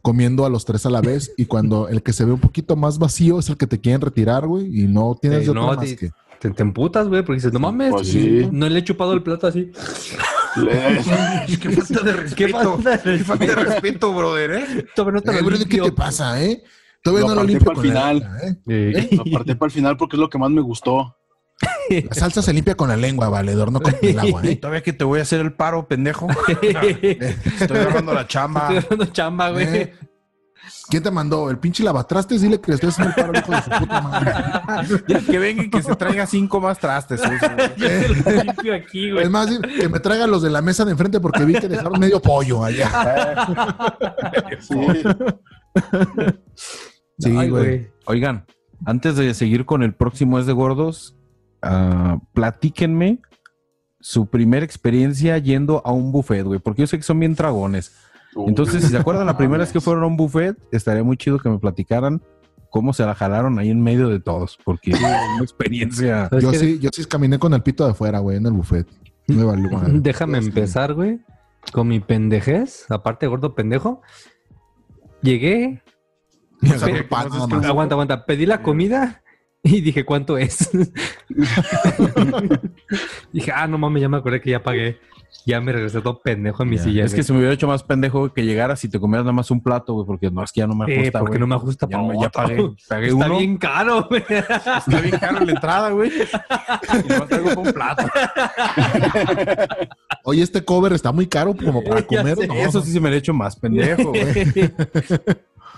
S6: comiendo a los tres a la vez y cuando el que se ve un poquito más vacío es el que te quieren retirar, güey, y no tienes
S4: Sí,
S6: de otra
S4: no,
S6: más
S4: sí.
S6: que...
S4: Te, te emputas, güey, porque dices, no mames,
S5: Pues sí.
S4: no le he chupado el plato así.
S3: Qué falta de
S4: ¿Qué pasa?
S3: falta de pues, respeto, brother, ¿eh?
S4: Todavía no te lo
S6: Eh, brother, ¿Qué
S4: limpio.
S6: te pasa, eh? Todavía
S5: Lo
S6: no lo
S5: aparté
S6: limpio
S5: pa'l final.
S6: la lengua, ¿eh?
S4: Eh,
S5: Aparte para el final porque es lo que más me gustó.
S6: La salsa se limpia con la lengua, valedor, no con el agua, ¿eh?
S3: Todavía que te voy a hacer el paro, pendejo. Estoy agarrando la chamba.
S4: Estoy dando chamba, güey.
S6: Eh, ¿Quién te mandó? El pinche lavatrastes, dile que le estoy haciendo el paro al hijo de su puta madre.
S3: Que venga y que se traiga cinco más trastes. ¿eh?
S4: Yo te lo limpio aquí, güey.
S6: Es más, que me traiga los de la mesa de enfrente porque vi que dejaron medio pollo allá.
S5: Sí.
S6: Sí,
S4: Ay,
S6: güey.
S3: Oigan, antes de seguir con el próximo Es de Gordos, ah, platíquenme su primera experiencia yendo a un buffet, güey. Porque yo sé que son bien dragones. Entonces, si se acuerdan, la primera vez que fueron a un buffet, estaría muy chido que me platicaran cómo se la jalaron ahí en medio de todos, porque es una experiencia.
S4: ¿Sabes
S6: Yo
S4: qué?
S6: sí, yo sí caminé con el pito de afuera, güey, en el buffet. Me valió madre.
S4: Déjame
S6: Yo sí.
S4: empezar, güey, con mi pendejez, aparte de gordo pendejo. Llegué,
S6: Me agarró
S4: Pero,
S6: el pan nada más.
S4: aguanta, aguanta, pedí la comida y dije, ¿cuánto es? dije, ah, no mames, ya me acordé que ya pagué. Ya me regresé todo pendejo en mi
S3: Ya.
S4: silla.
S3: es que
S4: güey.
S3: se me hubiera hecho más pendejo que llegaras y te comieras nada más un plato, güey, porque no, es que ya no me
S4: Eh,
S3: ajusta,
S4: porque
S3: güey.
S4: no me ajusta
S3: ya,
S4: para
S3: no me- ya
S4: otro.
S3: pagué, pagué
S4: Está
S3: uno.
S4: bien caro, güey.
S3: Está bien caro la entrada, güey. Y nomás traigo pa' un plato.
S6: Oye, este cover está muy caro como para
S4: Ya
S6: comer.
S4: sé.
S6: ¿no?
S3: Eso sí se me lo he hecho más pendejo, güey.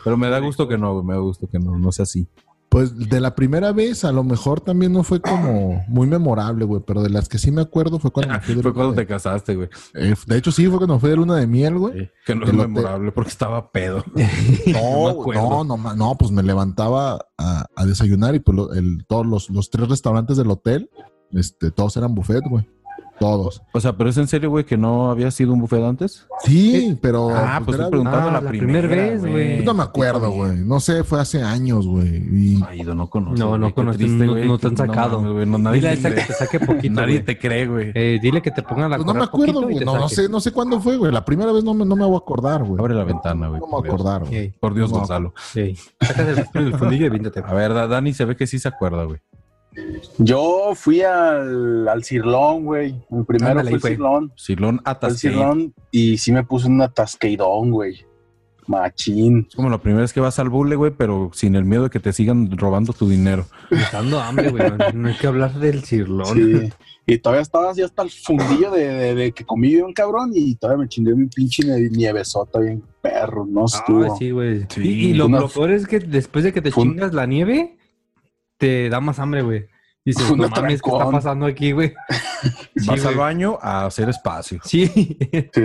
S3: Pero me da gusto que no, güey. Me da gusto que no, no sea así.
S6: Pues de la primera vez, a lo mejor también no fue como muy memorable, güey, pero de las que sí me acuerdo fue cuando me fui de
S3: Fue cuando
S6: luna
S3: te casaste, güey.
S6: de- eh, de hecho, sí, fue cuando fue de luna de miel, güey.
S3: Sí, Que no
S6: Te
S3: es
S6: lo te-
S3: memorable porque estaba pedo.
S6: No, güey,
S4: acuerdo.
S6: no, no, ma- no, pues me levantaba a, a desayunar y pues lo- el- todos los, los tres restaurantes del hotel, este, todos eran buffet, güey. Todos.
S3: O sea, pero es en serio, güey, que no había sido un buffet antes.
S6: Sí, pero.
S3: ah, pues
S6: era-
S3: estoy preguntando
S4: Ah,
S3: la,
S4: la
S3: primera
S4: primer vez, güey.
S6: Yo no me acuerdo, güey. No sé, fue hace años, güey. Y
S3: Ay, no conozco.
S4: No, no
S3: conozco.
S4: conoces, no- no te han sacado.
S3: nadie,
S4: Dile a
S3: te
S4: esa que
S3: cree.
S4: te saque poquito.
S3: Nadie
S4: güey.
S3: te cree, güey.
S4: Eh, dile que te pongan la
S6: pues no me
S4: correa
S6: acuerdo,
S4: poquito y
S6: güey.
S4: te
S6: No, no
S4: saque.
S6: sé, no sé cuándo fue, güey. La primera vez no me, no me voy a acordar, güey.
S3: Abre la ventana, güey.
S6: No me
S3: por
S6: voy a
S3: Dios.
S6: acordar, güey.
S4: Ey,
S3: Por Dios,
S6: No.
S3: Gonzalo.
S4: ey. Sacas el rastro del fundillo y víndate.
S3: A ver, da- Dani se ve que sí se acuerda, güey.
S5: Yo fui al, al Cirlón, güey. Mi primero
S4: Ándale,
S5: fue el
S4: ahí fue.
S5: Cirlón.
S3: Silón
S5: Fue el
S3: Atascade.
S5: Cirlón y sí me puse una tasqueidón, güey. Machín.
S3: Es como la primera vez que vas al bule, güey, pero sin el miedo de que te sigan robando tu dinero.
S4: Me está dando hambre, güey. No- No hay que hablar del cirlón.
S5: Sí. Y todavía estaba así hasta el fundillo de, de- de que comí bien cabrón y todavía me chingué mi pinche nie- nievesota bien perro, no
S4: Ah,
S5: estuvo.
S4: sí, güey.
S3: Sí.
S4: y, y lo,
S5: Una-
S4: lo peor es que después de que te
S5: Fue un-
S4: chingas la nieve, te da más hambre, güey. Dices,
S5: Fue un
S4: no mames, ¿qué está
S5: atracón.
S4: pasando aquí, güey? Sí,
S3: vas al
S4: güey.
S3: baño a hacer espacio.
S4: Sí.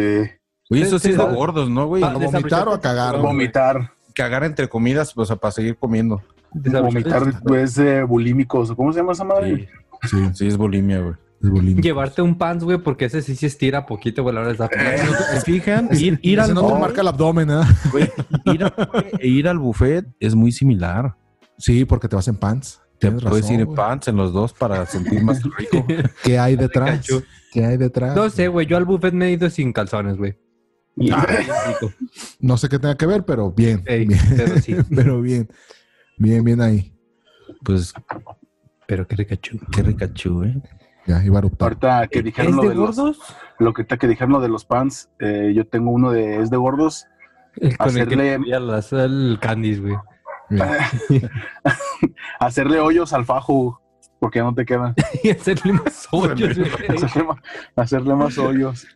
S5: Sí.
S3: Oye, eso sí es de
S4: Te- te-
S3: gordos, ¿no, güey?
S4: Ah,
S6: ¿A
S4: de-
S6: vomitar o a cagar? güey?
S5: Vomitar,
S3: Cagar entre comidas, o sea, para seguir comiendo.
S5: vomitar pues eh, bulímicos, ¿cómo se llama esa madre?
S3: Sí,
S6: Sí,
S3: sí es bulimia, güey.
S6: es bulimia.
S4: Llevarte un pants, güey, porque ese sí se estira poquito, güey, a la hora de
S5: Eh.
S4: estar comiendo.
S3: ¿Se fijan? Ir, ir
S6: Ese
S3: al
S6: no te
S3: buffet,
S6: marca el abdomen, ¿eh?
S3: güey, ir al buffet e ir al buffet es muy similar.
S6: Sí, porque te vas en pants.
S3: Te
S6: Tienes
S3: puedes
S6: razón,
S3: ir en
S6: güey.
S3: pants en los dos para sentir más rico.
S6: ¿Qué hay detrás?
S4: Pikachu.
S6: ¿Qué hay detrás?
S4: No sé, güey, yo al buffet me he ido sin calzones, güey.
S5: Y-
S4: Ah. Rico.
S6: No sé qué tenga que ver, pero bien.
S4: Ey,
S6: bien.
S4: pero sí.
S6: Pero bien. Bien, bien ahí.
S3: Pues
S4: Pero qué ricachú.
S3: qué rica chu, ¿eh?
S6: Ya, iba a eruptar.
S5: Ahorita
S4: ¿E-,
S5: que
S4: ¿Es
S5: dijeron lo
S4: de
S5: de los,
S4: gordos?
S5: lo que, que dijeron lo de los pants, eh, yo tengo uno de es de gordos.
S4: El con el que
S5: Hacerle-
S4: le ponía las- el candies, güey.
S6: Bien.
S5: Hacerle hoyos al fajo, porque ya no te queda.
S4: Y hacerle más hoyos, güey.
S5: hacerle, ma- hacerle más hoyos.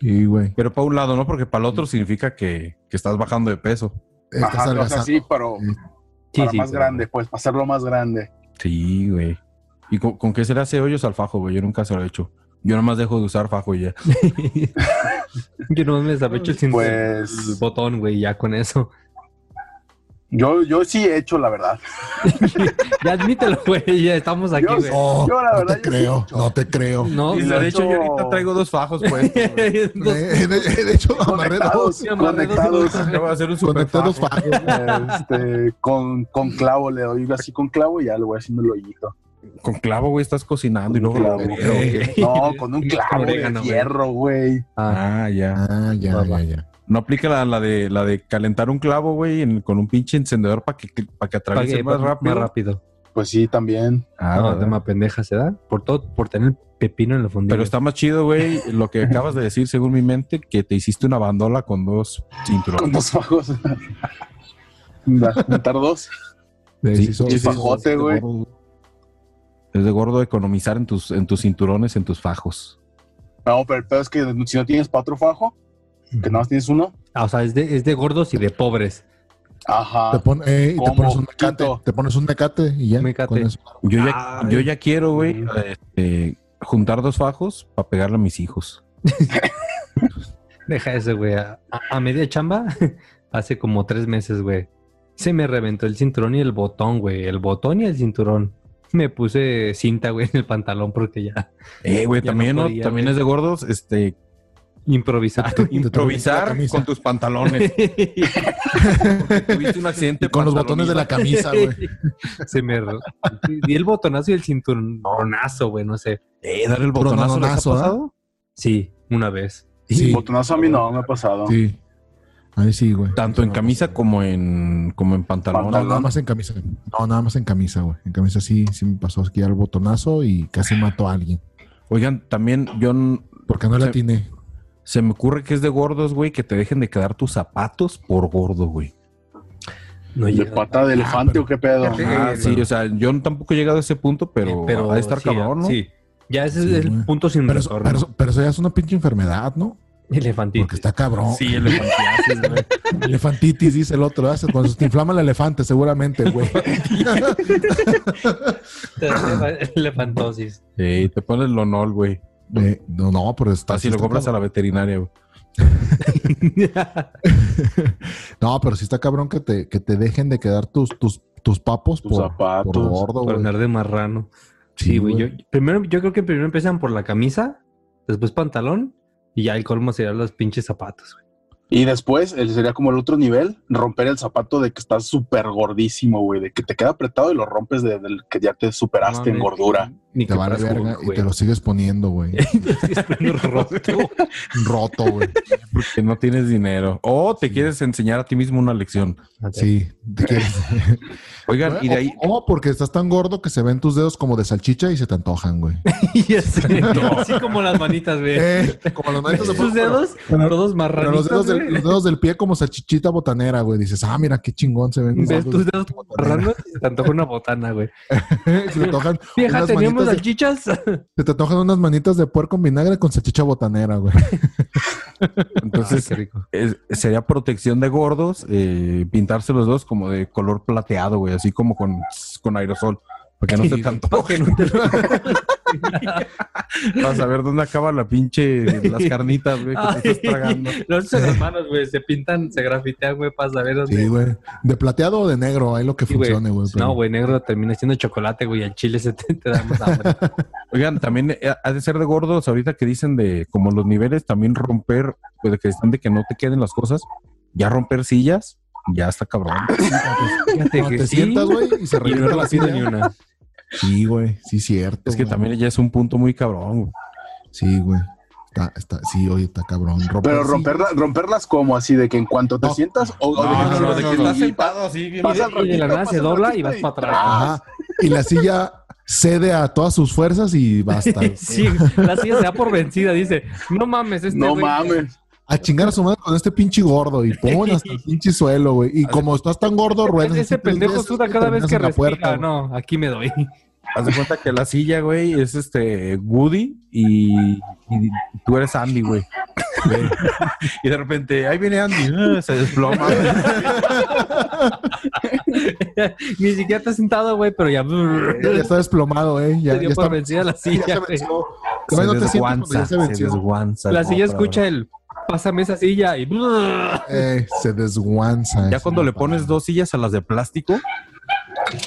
S6: Y, güey.
S3: Pero para un lado, ¿no? Porque para el otro significa que, que estás bajando de peso.
S6: Estás
S5: Ajá, o sea,
S6: adelgazando.
S5: sí, pero
S4: Sí,
S5: para
S4: sí,
S5: más
S4: sí.
S5: grande, pues, para hacerlo más grande.
S3: Sí, güey. ¿Y con, con qué se le hace hoyos al fajo, güey? Yo nunca se lo he hecho. Yo nomás dejo de usar fajo y ya.
S4: Yo no me desapecho sin el
S5: Pues
S4: botón, güey, ya con eso.
S5: yo, yo sí he hecho, la verdad.
S4: Ya admítelo, güey, ya estamos aquí,
S5: Yo
S4: güey.
S6: No,
S5: Yo, la
S6: Oh, no
S5: verdad,
S6: te
S5: yo sí
S6: creo.
S5: mucho.
S6: No te creo.
S4: No,
S5: Y
S3: Y
S5: lo
S3: de hecho,
S5: hecho-
S3: yo ahorita traigo dos fajos, pues. güey.
S4: Dos-
S6: Eh, De, de hecho, amarré dos.
S5: Conectados, conectados.
S3: Yo voy a hacer un super
S6: Conecté dos
S3: fajo.
S6: fajos.
S5: Este, con, con clavo le doy así con clavo y ya le voy haciendo el hoyito.
S3: Con clavo, güey, estás cocinando y luego...
S5: Clavo.
S3: Eh,
S5: No, con un
S4: Y
S5: clavo
S4: orégano,
S5: de
S4: güey.
S5: hierro, güey.
S4: Ah,
S3: Ah, ya.
S6: Ah, ya, ya, ya.
S3: No aplica la, la de la de calentar un clavo, güey, en- con un pinche encendedor para que, para que atraviese
S4: pagué,
S3: más
S4: pagué
S3: rápido.
S4: Más rápido.
S5: Pues sí, también.
S3: Ah,
S4: Ah,
S3: ¿verdad?
S4: tema pendeja se da. Por todo, por tener pepino en la fundilla.
S3: Pero está más chido, güey, lo que acabas de decir, según mi mente, que te hiciste una bandola con dos
S5: Con
S3: cinturones.
S5: dos fajos. Juntar dos.
S3: Sí,
S6: hizo
S3: sí, sí.
S5: Fajote, güey.
S3: Es de gordo economizar en tus, en tus cinturones, en tus fajos.
S5: No, pero el pedo es que si no tienes para otro fajo, que nada más tienes uno.
S4: Ah, o sea, es de, es de gordos y de pobres.
S5: Ajá.
S6: Te, pon- eh, y te
S5: Combo,
S6: pones un mecate.
S5: quito.
S6: Te pones un mecate y ya.
S4: Mecate.
S6: Con eso.
S3: Yo ya,
S5: Ah,
S4: Ay.
S5: eh.
S3: yo ya quiero, güey, este, juntar dos fajos para pegarle a mis hijos.
S4: Deja eso, güey. A, a media chamba, hace como tres meses, güey. Se me reventó el cinturón y el botón, güey. El botón y el cinturón. Me puse cinta, güey, en el pantalón porque ya
S3: Eh, güey,
S4: Ya
S3: también,
S4: no
S3: ¿no?
S4: podía,
S3: también
S4: güey.
S3: es de gordos, este, Ah,
S4: improvisar.
S6: Te- te
S3: improvisar
S6: pones la
S3: con
S6: camisa.
S3: tus pantalones. porque tuviste un accidente.
S6: Y con los botones de la camisa, güey.
S4: Se me. re- Di el botonazo y el cinturonazo, güey, no sé.
S3: Eh, dar el botonazo. ¿les ha
S6: Trononazo, ¿ah?
S3: pasado?
S4: Sí, una vez.
S6: Sí,
S5: Botonazo a mí no me ha pasado.
S6: sí. Ahí sí, güey.
S3: Tanto en camisa como en, como en pantalón.
S6: No, nada más en camisa. No, nada más en camisa, güey. En camisa sí, sí me pasó aquí al botonazo y casi mató a alguien.
S3: Oigan, también yo n-
S6: Porque no la
S3: Sí.
S6: atiné.
S3: se me ocurre que es de gordos, güey, que te dejen de quedar tus zapatos por gordo, güey.
S4: No
S5: ¿De
S4: llega.
S5: pata de elefante
S6: pero-
S5: o qué pedo?
S4: Fíjate que-
S3: Ah, sí, o sea, yo tampoco he llegado a ese punto, pero, ha de estar
S4: sí,
S3: cabrón, ¿no?
S4: Sí. Ya ese
S6: Sí,
S4: es el
S6: güey.
S4: punto sin
S6: Pero eso,
S4: retorno.
S6: pero, eso- pero eso ya es una pinche enfermedad, ¿no?
S4: Elefantitis.
S6: Porque está cabrón.
S3: Sí, elefantiasis, güey.
S6: Elefantitis, dice el otro. hace Cuando se te inflama el elefante, seguramente, güey.
S4: Elefantosis.
S3: Sí, te pones lonol, güey.
S6: Eh, no, no, pero está.
S3: Así
S6: sí
S3: lo
S6: está
S3: compras a la veterinaria, güey.
S6: No, pero sí está cabrón que te, que te dejen de quedar tus, tus, tus papos
S5: Tus
S6: por,
S5: zapatos.
S6: por gordo,
S4: Por
S6: güey.
S4: andar de marrano. Sí, güey. Yo, primero, yo creo que primero empiezan por la camisa, después pantalón, y ya el colmo serían los pinches zapatos, güey.
S5: Y después el- sería como el otro nivel, romper el zapato de que estás súper gordísimo, güey, de que te queda apretado y lo rompes de- del que ya te superaste en
S4: Mames,
S5: gordura.
S4: Ni
S6: Te
S4: que
S6: vale
S4: fueras
S6: verga
S4: Hulk,
S6: y
S4: güey.
S6: te lo sigues poniendo, güey.
S4: Sigues poniendo roto.
S6: Roto, güey.
S3: Porque no tienes dinero. O te quieres enseñar a ti mismo una lección.
S6: Sí. te quieres-
S3: Oigan, y de ahí.
S6: O, o porque estás tan gordo que se ven tus dedos como de salchicha y se te antojan, güey.
S4: Y así, así como las manitas, güey.
S6: Eh, como los manitos de
S4: Sus
S6: fuego, pero-
S4: dedos, todos
S6: pero los
S4: marranitos.
S6: dedos, del,
S4: güey.
S6: los dedos del pie como salchichita botanera, güey. Dices, ah, mira qué chingón se ven. mis
S4: Ves
S6: dedos
S4: tus
S6: de
S4: dedos
S6: botanera".
S4: marranos y se te antoja una botana, güey.
S6: se te antojan
S4: Vieja,
S6: unas
S4: teníamos
S6: manitas de-
S4: salchichas.
S6: se te antojan unas manitas de puerco en vinagre con salchicha botanera, güey.
S4: Entonces,
S3: Entonces, es- sería protección de gordos, eh, pintarse los dos como de color plateado, güey, así como con, con aerosol, para que no se tanto para saber dónde acaba la pinche las carnitas, güey, que te estás tragando.
S4: Los hermanos, güey, se pintan, se grafitean, güey, para saber dónde.
S6: Sí, güey. De plateado o de negro, ahí lo que
S4: Sí, güey.
S6: funcione, güey. pero-
S4: No, güey, negro termina siendo chocolate, güey, y al chile se te, te da más hambre.
S3: Oigan, también eh, ha de ser de gordos ahorita que dicen de como los niveles, también romper, pues de que están de que no te queden las cosas, ya romper sillas, ya está cabrón.
S4: Fíjate
S6: Cuando
S4: que
S6: te
S4: sí,
S6: sientas, güey, y se
S4: y no
S6: revienta la
S4: rompido
S6: silla.
S4: ni una.
S6: Sí, güey. Sí, cierto.
S3: Es que
S6: güey.
S3: también ya es un punto muy cabrón, güey.
S6: Sí, güey. Está, está, sí, oye, está cabrón. Romper
S5: Pero
S6: sí.
S5: romperla- romperlas como así, de que en cuanto te
S6: No.
S5: sientas o, o
S6: No,
S5: dejas
S6: no,
S5: lo de
S6: no,
S5: que
S6: no.
S5: estás sentado,
S3: así, bien.
S5: pasa el
S4: Y de
S5: ratito,
S4: la nada
S5: pasa
S4: se
S5: el
S4: dobla y
S5: ratito ¡Ah!
S4: vas para atrás.
S6: Ajá. Y la silla cede a todas sus fuerzas y basta.
S4: Sí, la silla se da por vencida, dice, no mames, este
S5: No
S4: güey-
S5: mames.
S6: A chingar a su madre con este pinche gordo y pon hasta el pinche suelo, güey. Y como estás tan gordo, ruedas.
S4: Ese
S6: así tres
S4: este pendejo
S6: veces,
S4: suda
S6: güey,
S4: cada vez
S6: terminas
S4: que
S6: en la
S4: respira.
S6: puerta, güey.
S4: no, aquí me doy.
S3: Haz de cuenta que la silla, güey, es este Woody y, y tú eres Andy, güey. y de repente, ahí viene Andy, ah, se desploma.
S4: Ni siquiera te has sentado, güey, pero ya...
S6: Ya, ya está desplomado, eh. Ya,
S4: se
S6: ya
S4: dio
S6: está.
S4: por vencida la
S6: ya se
S4: silla, güey.
S6: venció.
S3: se
S6: Todavía no te sientes cuando ya
S3: desguanza,
S6: se
S3: se
S6: venció.
S3: desguanza.
S4: La
S3: No,
S4: silla
S3: pero-
S4: escucha el, pásame esa silla y...
S6: Eh, se desguanza.
S3: Ya
S6: esa
S3: cuando le
S6: palabra.
S3: pones dos sillas a las de plástico,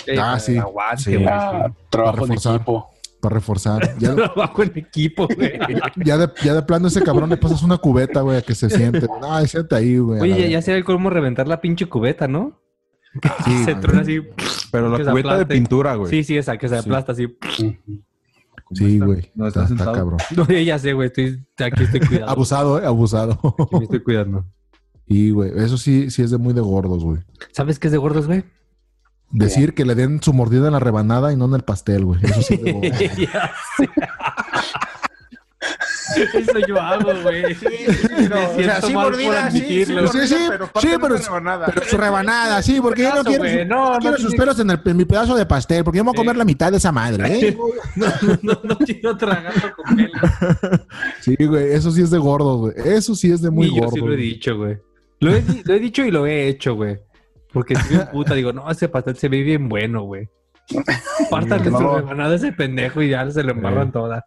S4: eh,
S6: Ah, sí.
S3: sí,
S4: güey.
S5: Ah, trabajo en
S6: reforzar.
S5: equipo.
S6: Para reforzar. Ya,
S4: Trabajo en equipo, güey.
S6: ya de, ya de plano ese cabrón le pasas una cubeta, güey, a que se siente. Ay, siente ahí, güey. a la
S4: Oye, ya,
S6: verga.
S4: ya sería el colmo reventar la pinche cubeta, ¿no? Que se truena así.
S3: pero
S4: Que
S3: la
S4: se
S3: cubeta de
S4: aplaste.
S3: pintura, güey.
S4: Sí, sí, esa que se
S3: Sí.
S4: aplasta así.
S6: Sí, güey.
S3: No,
S6: está,
S3: estás
S6: está
S3: sentado.
S6: cabrón.
S4: No, ya sé, güey. Estoy, aquí estoy cuidando.
S6: Abusado, eh, abusado.
S4: Aquí me estoy cuidando.
S6: Y, güey, eso sí, sí es de muy de gordos, güey.
S4: ¿Sabes qué es de gordos, güey?
S6: Decir que le den su mordida en la rebanada y no en el pastel, güey. Eso sí es de gordos.
S4: Ya sé. Eso yo hago, güey. Me siento mal por admitirlo.
S6: sí, mordida, sí, pero parte sí, de pero- una
S3: rebanada.
S6: Pero su rebanada, sí, porque yo no
S4: Pedazo,
S6: quiero,
S4: güey,
S6: su-
S4: no,
S6: no
S4: no
S6: quiero
S4: tiene-
S6: sus pelos en, el- en mi pedazo de pastel, porque yo me voy a comer
S4: Sí.
S6: la mitad de esa madre, ¿eh?
S4: No, no, no quiero tragarlo con él.
S6: Sí, güey, eso sí es de gordos, güey. Eso sí es de muy
S4: Y yo
S6: gordo.
S4: sí lo he dicho, güey. Lo he, di- lo he dicho y lo he hecho, güey. Porque si me puta, digo, no, ese pastel se ve bien bueno, güey.
S6: Mm,
S4: Pártale
S5: No.
S4: su rebanada a ese pendejo y ya se lo
S6: Eh.
S4: embarran toda.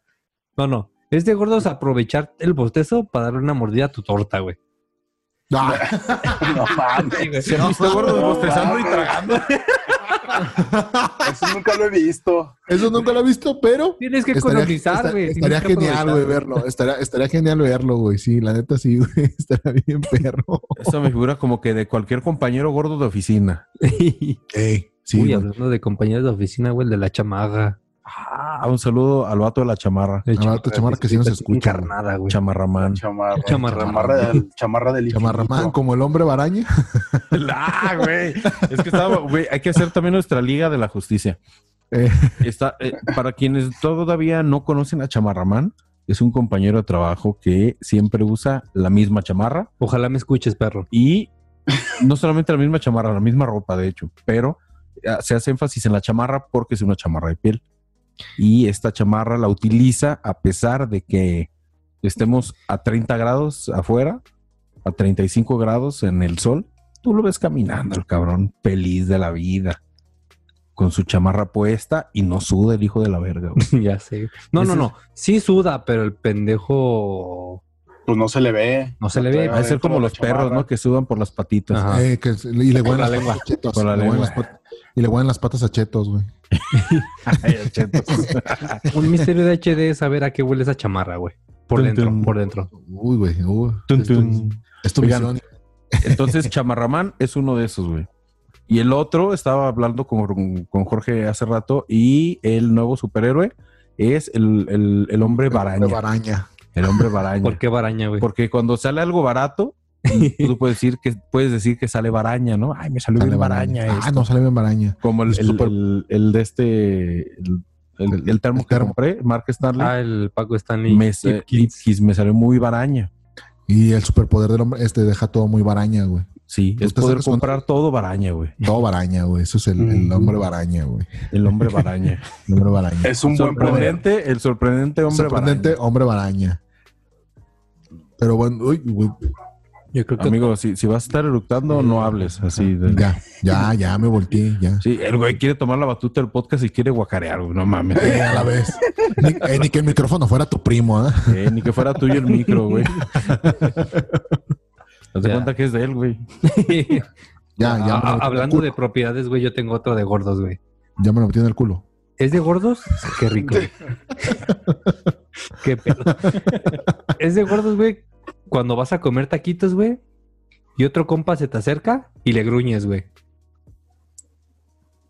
S4: No, no. Es de gordos aprovechar el bostezo para darle una mordida a tu torta, güey.
S6: Ah,
S5: No mames.
S4: Sí, güey.
S3: Se han visto gordos
S5: no,
S3: bostezando y
S5: mames.
S3: tragando.
S5: Eso nunca lo he visto.
S6: eso nunca lo he visto, pero.
S4: Tienes que
S6: estaría-
S4: economizar,
S6: esta-
S4: güey.
S6: Estaría
S4: Tienes que
S6: genial, güey,
S4: aprovechar.
S6: verlo. Estaría, estaría genial verlo, güey. Sí, la neta sí, güey. Estaría bien perro.
S3: Eso me figura como que de cualquier compañero gordo de oficina.
S6: Ey, sí,
S4: Uy,
S6: güey.
S4: hablando de compañeros de oficina, güey, el de la chamaga.
S3: Ah, un saludo al vato de la chamarra.
S4: El
S6: Ah, vato, chamarra que sí nos escucha, güey.
S4: Encarnada, güey.
S3: Chamarramán.
S5: Chamarra.
S4: Chamarra.
S5: Chamarra del, chamarra del
S6: Chamarramán,
S5: infinito.
S6: como el hombre baraña.
S3: Ah, güey. Es que estaba, güey, hay que hacer también nuestra Liga de la Justicia.
S6: Eh.
S3: Está, eh, para quienes todavía no conocen a Chamarramán, es un compañero de trabajo que siempre usa la misma chamarra
S4: Ojalá me escuches, perro.
S3: y no solamente la misma chamarra, la misma ropa, de hecho, pero eh, se hace énfasis en la chamarra porque es una chamarra de piel. Y esta chamarra la utiliza a pesar de que estemos a 30 grados afuera, a 35 grados en el sol. Tú lo ves caminando, el cabrón, feliz de la vida, con su chamarra puesta y no suda el hijo de la verga. güey.
S4: ya sé. No,
S3: Ese
S4: no,
S3: es-
S4: no. Sí suda, pero el pendejo
S5: Pues no se le ve.
S4: No se le ve.
S5: trae
S3: Va a ser
S5: adentro
S3: como
S5: la
S3: los perros,
S5: chamarra.
S3: ¿no? Que sudan por las patitas.
S4: Ajá.
S6: Eh, que- y le huelen
S4: la
S6: las
S4: lengua.
S6: patas chetos,
S3: Por Ah. la
S6: le huelen
S3: lengua.
S6: las patas. Y le huelen las patas a chetos, güey.
S4: Un misterio de HD es saber a qué huele esa chamarra, güey. Por
S3: Tun,
S4: dentro,
S3: tun.
S4: por dentro.
S6: Uy, güey. uy.
S3: Tun,
S6: Esto-
S3: tun.
S6: Esto
S3: Oigan.
S6: visión.
S3: Entonces, Chamarramán es uno de esos, güey. Y el otro, estaba hablando con, con Jorge hace rato, y el nuevo superhéroe es el, el- el hombre
S6: de
S3: baraña.
S6: baraña.
S3: El hombre baraña.
S4: ¿Por qué baraña, güey?
S3: Porque cuando sale algo barato, tú puedes decir que, puedes decir que sale baraña, ¿no? Ay, me salió
S6: Sale
S3: bien baraña.
S6: baraña. Ah,
S3: esto.
S6: no, sale bien baraña.
S3: Como el,
S6: Es
S3: el,
S6: súper-
S3: el- el de este, el, el- el termo
S6: El
S3: que
S6: termo.
S3: compré, Mark Stanley,
S4: Ah, el Paco Stanley.
S3: me, sa-
S4: Ipkiss.
S3: Ipkiss, me salió muy baraña.
S6: Y el superpoder del hombre, este deja todo muy baraña, güey.
S3: Sí,
S6: ¿Tú
S3: es
S6: te
S3: poder
S6: sacas con-
S3: comprar todo baraña, güey.
S6: Todo baraña, güey. Eso es el,
S3: Mm.
S6: el hombre baraña, güey.
S3: El hombre baraña.
S6: El hombre baraña.
S5: Es un buen poder.
S3: sorprendente, el sorprendente hombre
S6: Sorprendente hombre baraña. Pero bueno, uy, güey,
S4: Yo creo
S3: baraña.
S4: que
S3: Amigo, si, si vas a estar eructando, no hables así. de-
S6: ya, ya, ya me volteé, ya.
S3: Sí, el güey quiere tomar la batuta del podcast y quiere guacarear, güey. No mames.
S6: Eh, a la vez. Ni, eh, ni que el micrófono fuera tu primo, ¿ah?
S3: Eh, ni que fuera tuyo el micro, güey. Hazte
S4: Ya.
S3: cuenta que es de él, güey.
S6: Ya, ya.
S4: Ah,
S6: me lo metí en el
S4: hablando de
S6: culo.
S4: propiedades, güey, yo tengo otro de gordos, güey.
S6: Ya me lo metí en el culo.
S4: ¿Es de gordos? Qué rico. güey. Qué pedo. Es de gordos, güey. Cuando vas a comer taquitos, güey, y otro compa se te acerca y le gruñes, güey.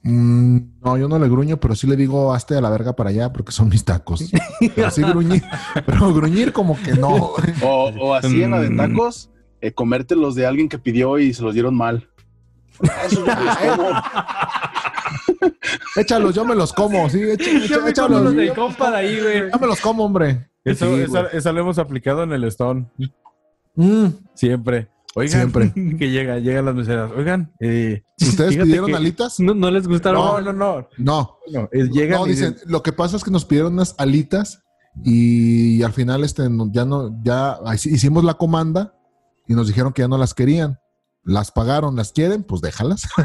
S6: Mm, no, yo no le gruño, pero sí le digo hazte a la verga para allá porque son mis tacos. Pero sí gruñir, pero gruñir como que no. güey.
S5: O, o así en la de tacos, eh, comerte los de alguien que pidió y se los dieron mal. Eso yo me los como.
S6: Échalos, yo me los como, sí, echa- echa- échalos. Yo
S4: compa de ahí, güey.
S6: me los como, hombre.
S3: Eso,
S6: Sí,
S3: esa,
S6: güey.
S3: esa lo hemos aplicado en el Stone.
S6: Mm,
S3: Siempre. Oigan,
S6: Siempre.
S3: que llega, llega las meseras. Oigan, eh,
S6: ¿Ustedes
S3: Fíjate
S6: pidieron
S3: que-
S6: alitas?
S4: ¿No, no les gustaron?
S3: no, no, no.
S6: No.
S3: no, eh, llegan
S6: no,
S3: y
S6: dicen, lo que pasa es que nos pidieron unas alitas y, al final este, no- ya no, ya ah, sí, hicimos la comanda y nos dijeron que ya no las querían. Las pagaron, las quieren, pues déjalas.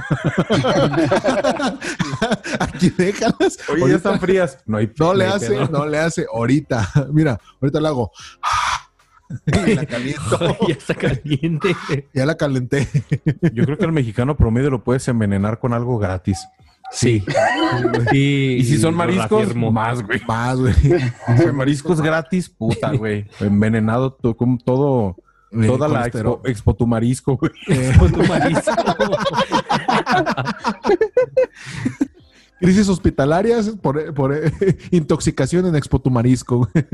S6: Aquí déjalas.
S3: Oye, ya
S6: Ahorita-
S3: están frías. No, hay,
S6: No le
S3: hay
S6: hace,
S3: pedo.
S6: no le hace. Ahorita, mira, ahorita le hago. Y la caliento.
S4: ya está caliente.
S6: Ya la calenté.
S3: Yo creo que el mexicano promedio lo puedes envenenar con algo gratis.
S4: Sí.
S3: Y, si son mariscos, más, güey.
S6: Más, güey.
S3: Güey, mariscos gratis, puta, güey. Envenenado to- con todo, toda la
S6: colesterol.
S3: expo, expo tu marisco, güey.
S6: Crisis hospitalarias por, por eh, intoxicación en Expo Tumarisco. güey.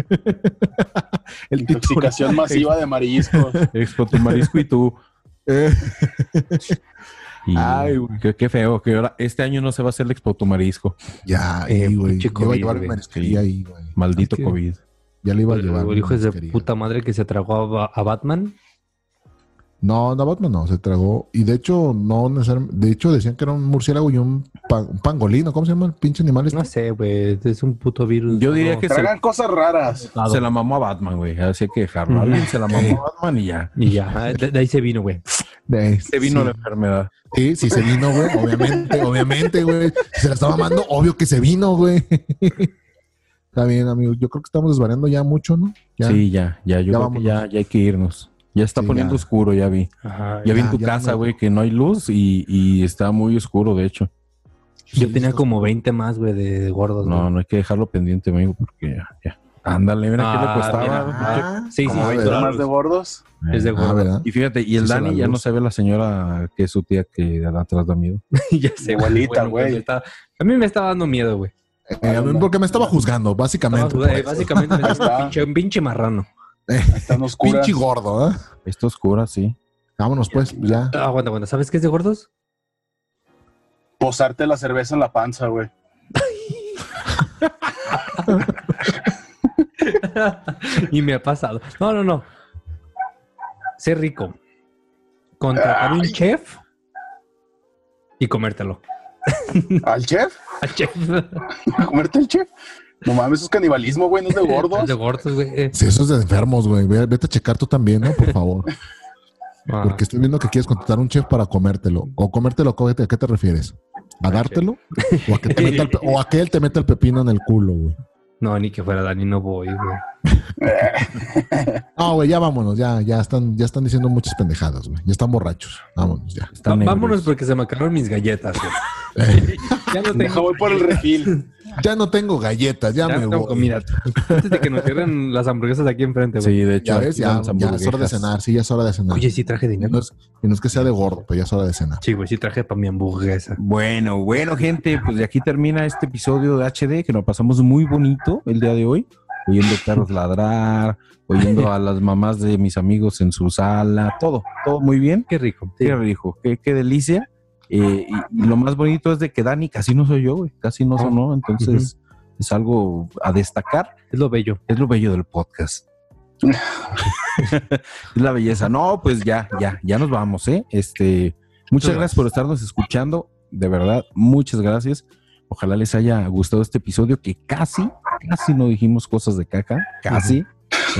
S6: El título.
S5: Intoxicación masiva de mariscos.
S3: Expo tu marisco y tú.
S6: Eh,
S3: Y
S6: Ay, güey.
S3: Qué, qué feo, que ahora este año no se va a hacer el Expo tu marisco.
S6: ya,
S4: Eh,
S6: ahí, güey.
S4: pinche
S6: Yo iba a
S4: COVID,
S6: llevar
S4: güey.
S6: mi marisquería ahí, güey.
S3: Maldito
S4: Es que-
S3: COVID.
S6: Ya le iba a llevar.
S4: El
S6: mi
S4: hijo es de
S6: marisquería.
S4: puta madre que se tragó a, Ba- a Batman.
S6: No, no, Batman no, se tragó. Y de hecho, no necesariamente. De hecho, decían que era un murciélago y un, pa- un pangolino. ¿Cómo se llama el pinche animal? este?
S4: No sé, güey. Es un puto virus.
S3: Yo diría
S4: No.
S3: que se,
S5: Tragan cosas raras.
S6: Ah,
S3: se la mamó a Batman, güey. Así hay que dejarlo.
S4: Ujú.
S3: Alguien se la mamó a Batman y ya.
S4: Y ya, de, de ahí se vino, güey.
S6: De-
S3: Se vino
S6: Eh, sí.
S3: la enfermedad.
S6: Sí, sí se vino, güey. Obviamente, obviamente, güey. Si se la estaba mamando, obvio que se vino, güey. Está bien, amigo. Yo creo que estamos desvariando ya mucho, ¿no? Ya.
S3: Sí, ya, ya. Yo
S6: Ya
S3: creo que
S6: vámonos.
S3: ya, ya hay que irnos. Ya está
S6: Sí,
S3: poniendo
S6: ya.
S3: oscuro, ya vi.
S4: Ajá.
S3: Ya vi en
S6: Ya,
S3: tu
S6: Ah, ya
S3: casa,
S6: no.
S3: güey, que no hay luz y, y está muy oscuro, de hecho.
S4: Yo tenía como 20 más, güey, de, de gordos.
S6: Pues
S3: No,
S4: güey.
S3: no hay que dejarlo pendiente, amigo, porque ya, ya. Ándale, mira
S4: Ah,
S3: que le costaba.
S4: mira.
S6: Ah,
S4: Sí, sí,
S6: ah,
S4: sí,
S5: ¿Tú
S6: ¿verdad?
S5: eres más de gordos?
S3: Eh,
S4: Es de
S6: Ah,
S4: gordo.
S6: ¿verdad?
S3: Y fíjate, y el
S6: Sí, se
S3: Dani
S6: la
S3: ya
S6: luz.
S3: no sabe la señora que es su tía que de atrás da miedo.
S4: ya sé, güey.
S5: Abuelita,
S4: Bueno, pues,
S5: güey.
S4: me está- A mí me estaba dando miedo, güey.
S6: Eh, a mí porque me estaba juzgando, básicamente. pues.
S4: Estaba- eh, Básicamente me estaba
S5: está.
S4: un pinche, un pinche marrano.
S5: Están oscuras.
S6: Pinche gordo, ¿eh?
S3: Está oscura, sí.
S6: Vámonos, pues, ya.
S4: Ah, aguanta, aguanta. ¿Sabes qué es de gordos?
S5: Posarte la cerveza en la panza, güey.
S4: y me ha pasado. No, no, no. Sé rico. Contratar un chef y comértelo.
S5: ¿Al chef?
S4: Al chef.
S5: ¿A comerte el chef? No mames, eso es canibalismo, güey, no es de gordos.
S4: De gordos, güey. Eh,
S6: Si eso es de enfermos, güey. Ve- Vete a checar tú también, ¿no? Por favor.
S4: ah,
S6: Porque estoy viendo que quieres contratar un chef para comértelo. O comértelo, ¿cómo te- ¿a qué te refieres? ¿A dártelo? ¿O a que, te meta el pe- o a que él te meta el pepino en el culo, güey?
S4: No, ni que fuera Dani, no voy, güey.
S6: No, güey, ya vámonos, ya, ya están, ya están diciendo muchas pendejadas, güey. Ya están borrachos. Vámonos ya.
S3: Está negro.
S4: Vámonos porque se me acabaron mis galletas. güey. ya no
S5: Deja,
S4: tengo,
S5: voy por el refil.
S6: Ya no tengo galletas, ya,
S4: ya
S6: me
S4: no tengo
S6: voy.
S4: comida. Antes de que nos cierren las hamburguesas de aquí enfrente, güey.
S3: Sí, de hecho.
S6: Ya ves,
S3: aquí
S6: ya,
S3: damos
S6: ya es hora de
S3: hamburguesas.
S6: cenar, sí, ya es hora de cenar.
S4: Oye, sí traje
S6: y,
S4: dinero.
S6: no es, y no es que sea de gordo, pero ya es hora de cenar.
S4: Sí, güey, sí traje para mi hamburguesa.
S3: Bueno, bueno, gente, pues de aquí termina este episodio de HD que nos pasamos muy bonito el día de hoy, oyendo perros ladrar, oyendo a las mamás de mis amigos en su sala, todo, todo muy bien.
S4: Qué rico.
S3: Qué rico, qué, qué delicia. Eh, y, y lo más bonito es de que Dani casi no soy yo, güey, casi
S4: Ah,
S3: no sonó, entonces es algo a destacar.
S4: Es lo bello.
S3: Es lo bello del podcast. es la belleza. No, pues ya, ya, ya nos vamos, ¿eh? Este, muchas gracias por estarnos escuchando. De verdad, muchas gracias. Ojalá les haya gustado este episodio que casi, casi no dijimos cosas de caca. Casi.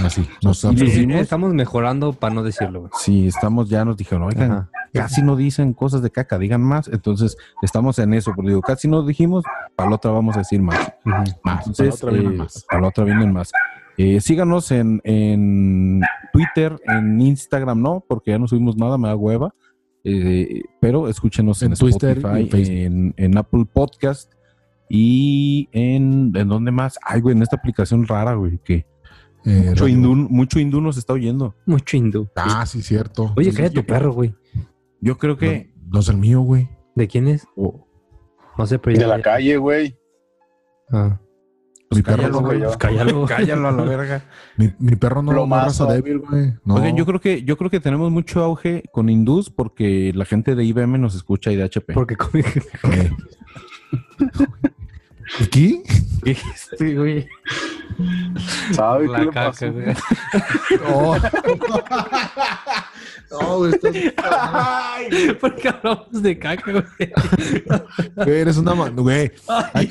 S6: Así, nos
S3: Y
S4: Sí,
S3: hicimos.
S4: Eh, Estamos mejorando para no decirlo, güey.
S3: Sí, estamos, ya nos dijeron, oigan,
S4: Ajá.
S3: casi no dicen cosas de caca, digan más. Entonces, estamos en eso, porque digo, casi no dijimos, para la otra vamos a decir más.
S4: Ujú.
S3: más.
S6: Para Pues la otra vienen
S3: eh,
S6: más.
S3: para la otra vienen más. Eh, síganos en, en Twitter, en Instagram, no, porque ya no subimos nada, me da hueva. Eh, pero escúchenos en,
S6: En Twitter y
S3: Spotify,
S6: en Facebook.
S3: en, en Apple Podcast y en, ¿en dónde más? Ay, güey, en esta aplicación rara, güey, que
S6: Eh,
S3: mucho
S6: radio-
S3: hindú, mucho hindú nos está oyendo.
S4: Mucho hindú.
S6: Ah, sí, cierto.
S4: Oye,
S6: Entonces,
S4: calla tu perro, güey.
S3: Yo creo que
S6: No, no es el mío, güey.
S4: ¿De quién es? No sé, pero ya.
S5: De la calle, güey.
S4: Ah.
S6: Mi
S3: Pues
S6: perro,
S3: cállalo,
S6: no,
S5: güey.
S4: Pues cállalo.
S3: cállalo a la verga.
S6: mi, mi perro no, no es
S5: Plomazo.
S6: raza débil, güey. No.
S3: Oigan, yo creo que yo creo que tenemos mucho auge con hindús porque la gente de IBM nos escucha y de HP.
S4: Porque come.
S6: Eh. ¿Aquí?
S4: Sí, güey.
S5: ¿Sabe qué
S4: La
S5: le
S4: caca,
S5: pasó?
S4: güey.
S6: No. no, güey, estás-
S4: Porque hablamos de caca, güey.
S6: güey, eres una man, güey.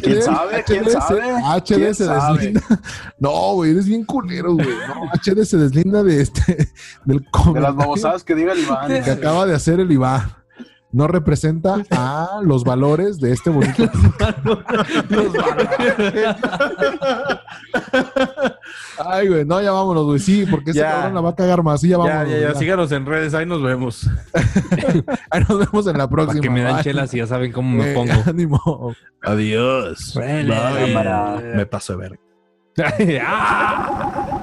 S5: ¿Quién sabe? ¿Quién sabe?
S6: HD
S5: ¿Quién
S6: se
S5: sabe?
S6: deslinda. No, güey, eres bien culero, güey. No, HD se deslinda de este
S5: De
S6: del
S5: las
S6: comentario
S5: babosadas que diga el Iván.
S6: que acaba de hacer el Iván. No representa a los valores de este bonito. Ay, güey, no, ya vámonos, güey. Sí, porque este
S3: Ya.
S6: cabrón la va a cagar más. Sí, ya vámonos.
S3: ya, ya, ya,
S6: güey, ya.
S3: síganos en redes, ahí nos vemos.
S6: Ahí nos vemos en
S4: Para
S6: la próxima.
S4: que me dan
S6: Bye.
S4: chelas y ya saben cómo me
S6: Eh,
S4: pongo.
S6: Ánimo.
S3: Adiós.
S4: Huele,
S3: Bye.
S4: cámara.
S3: Me paso a ver.
S4: ¡Ah!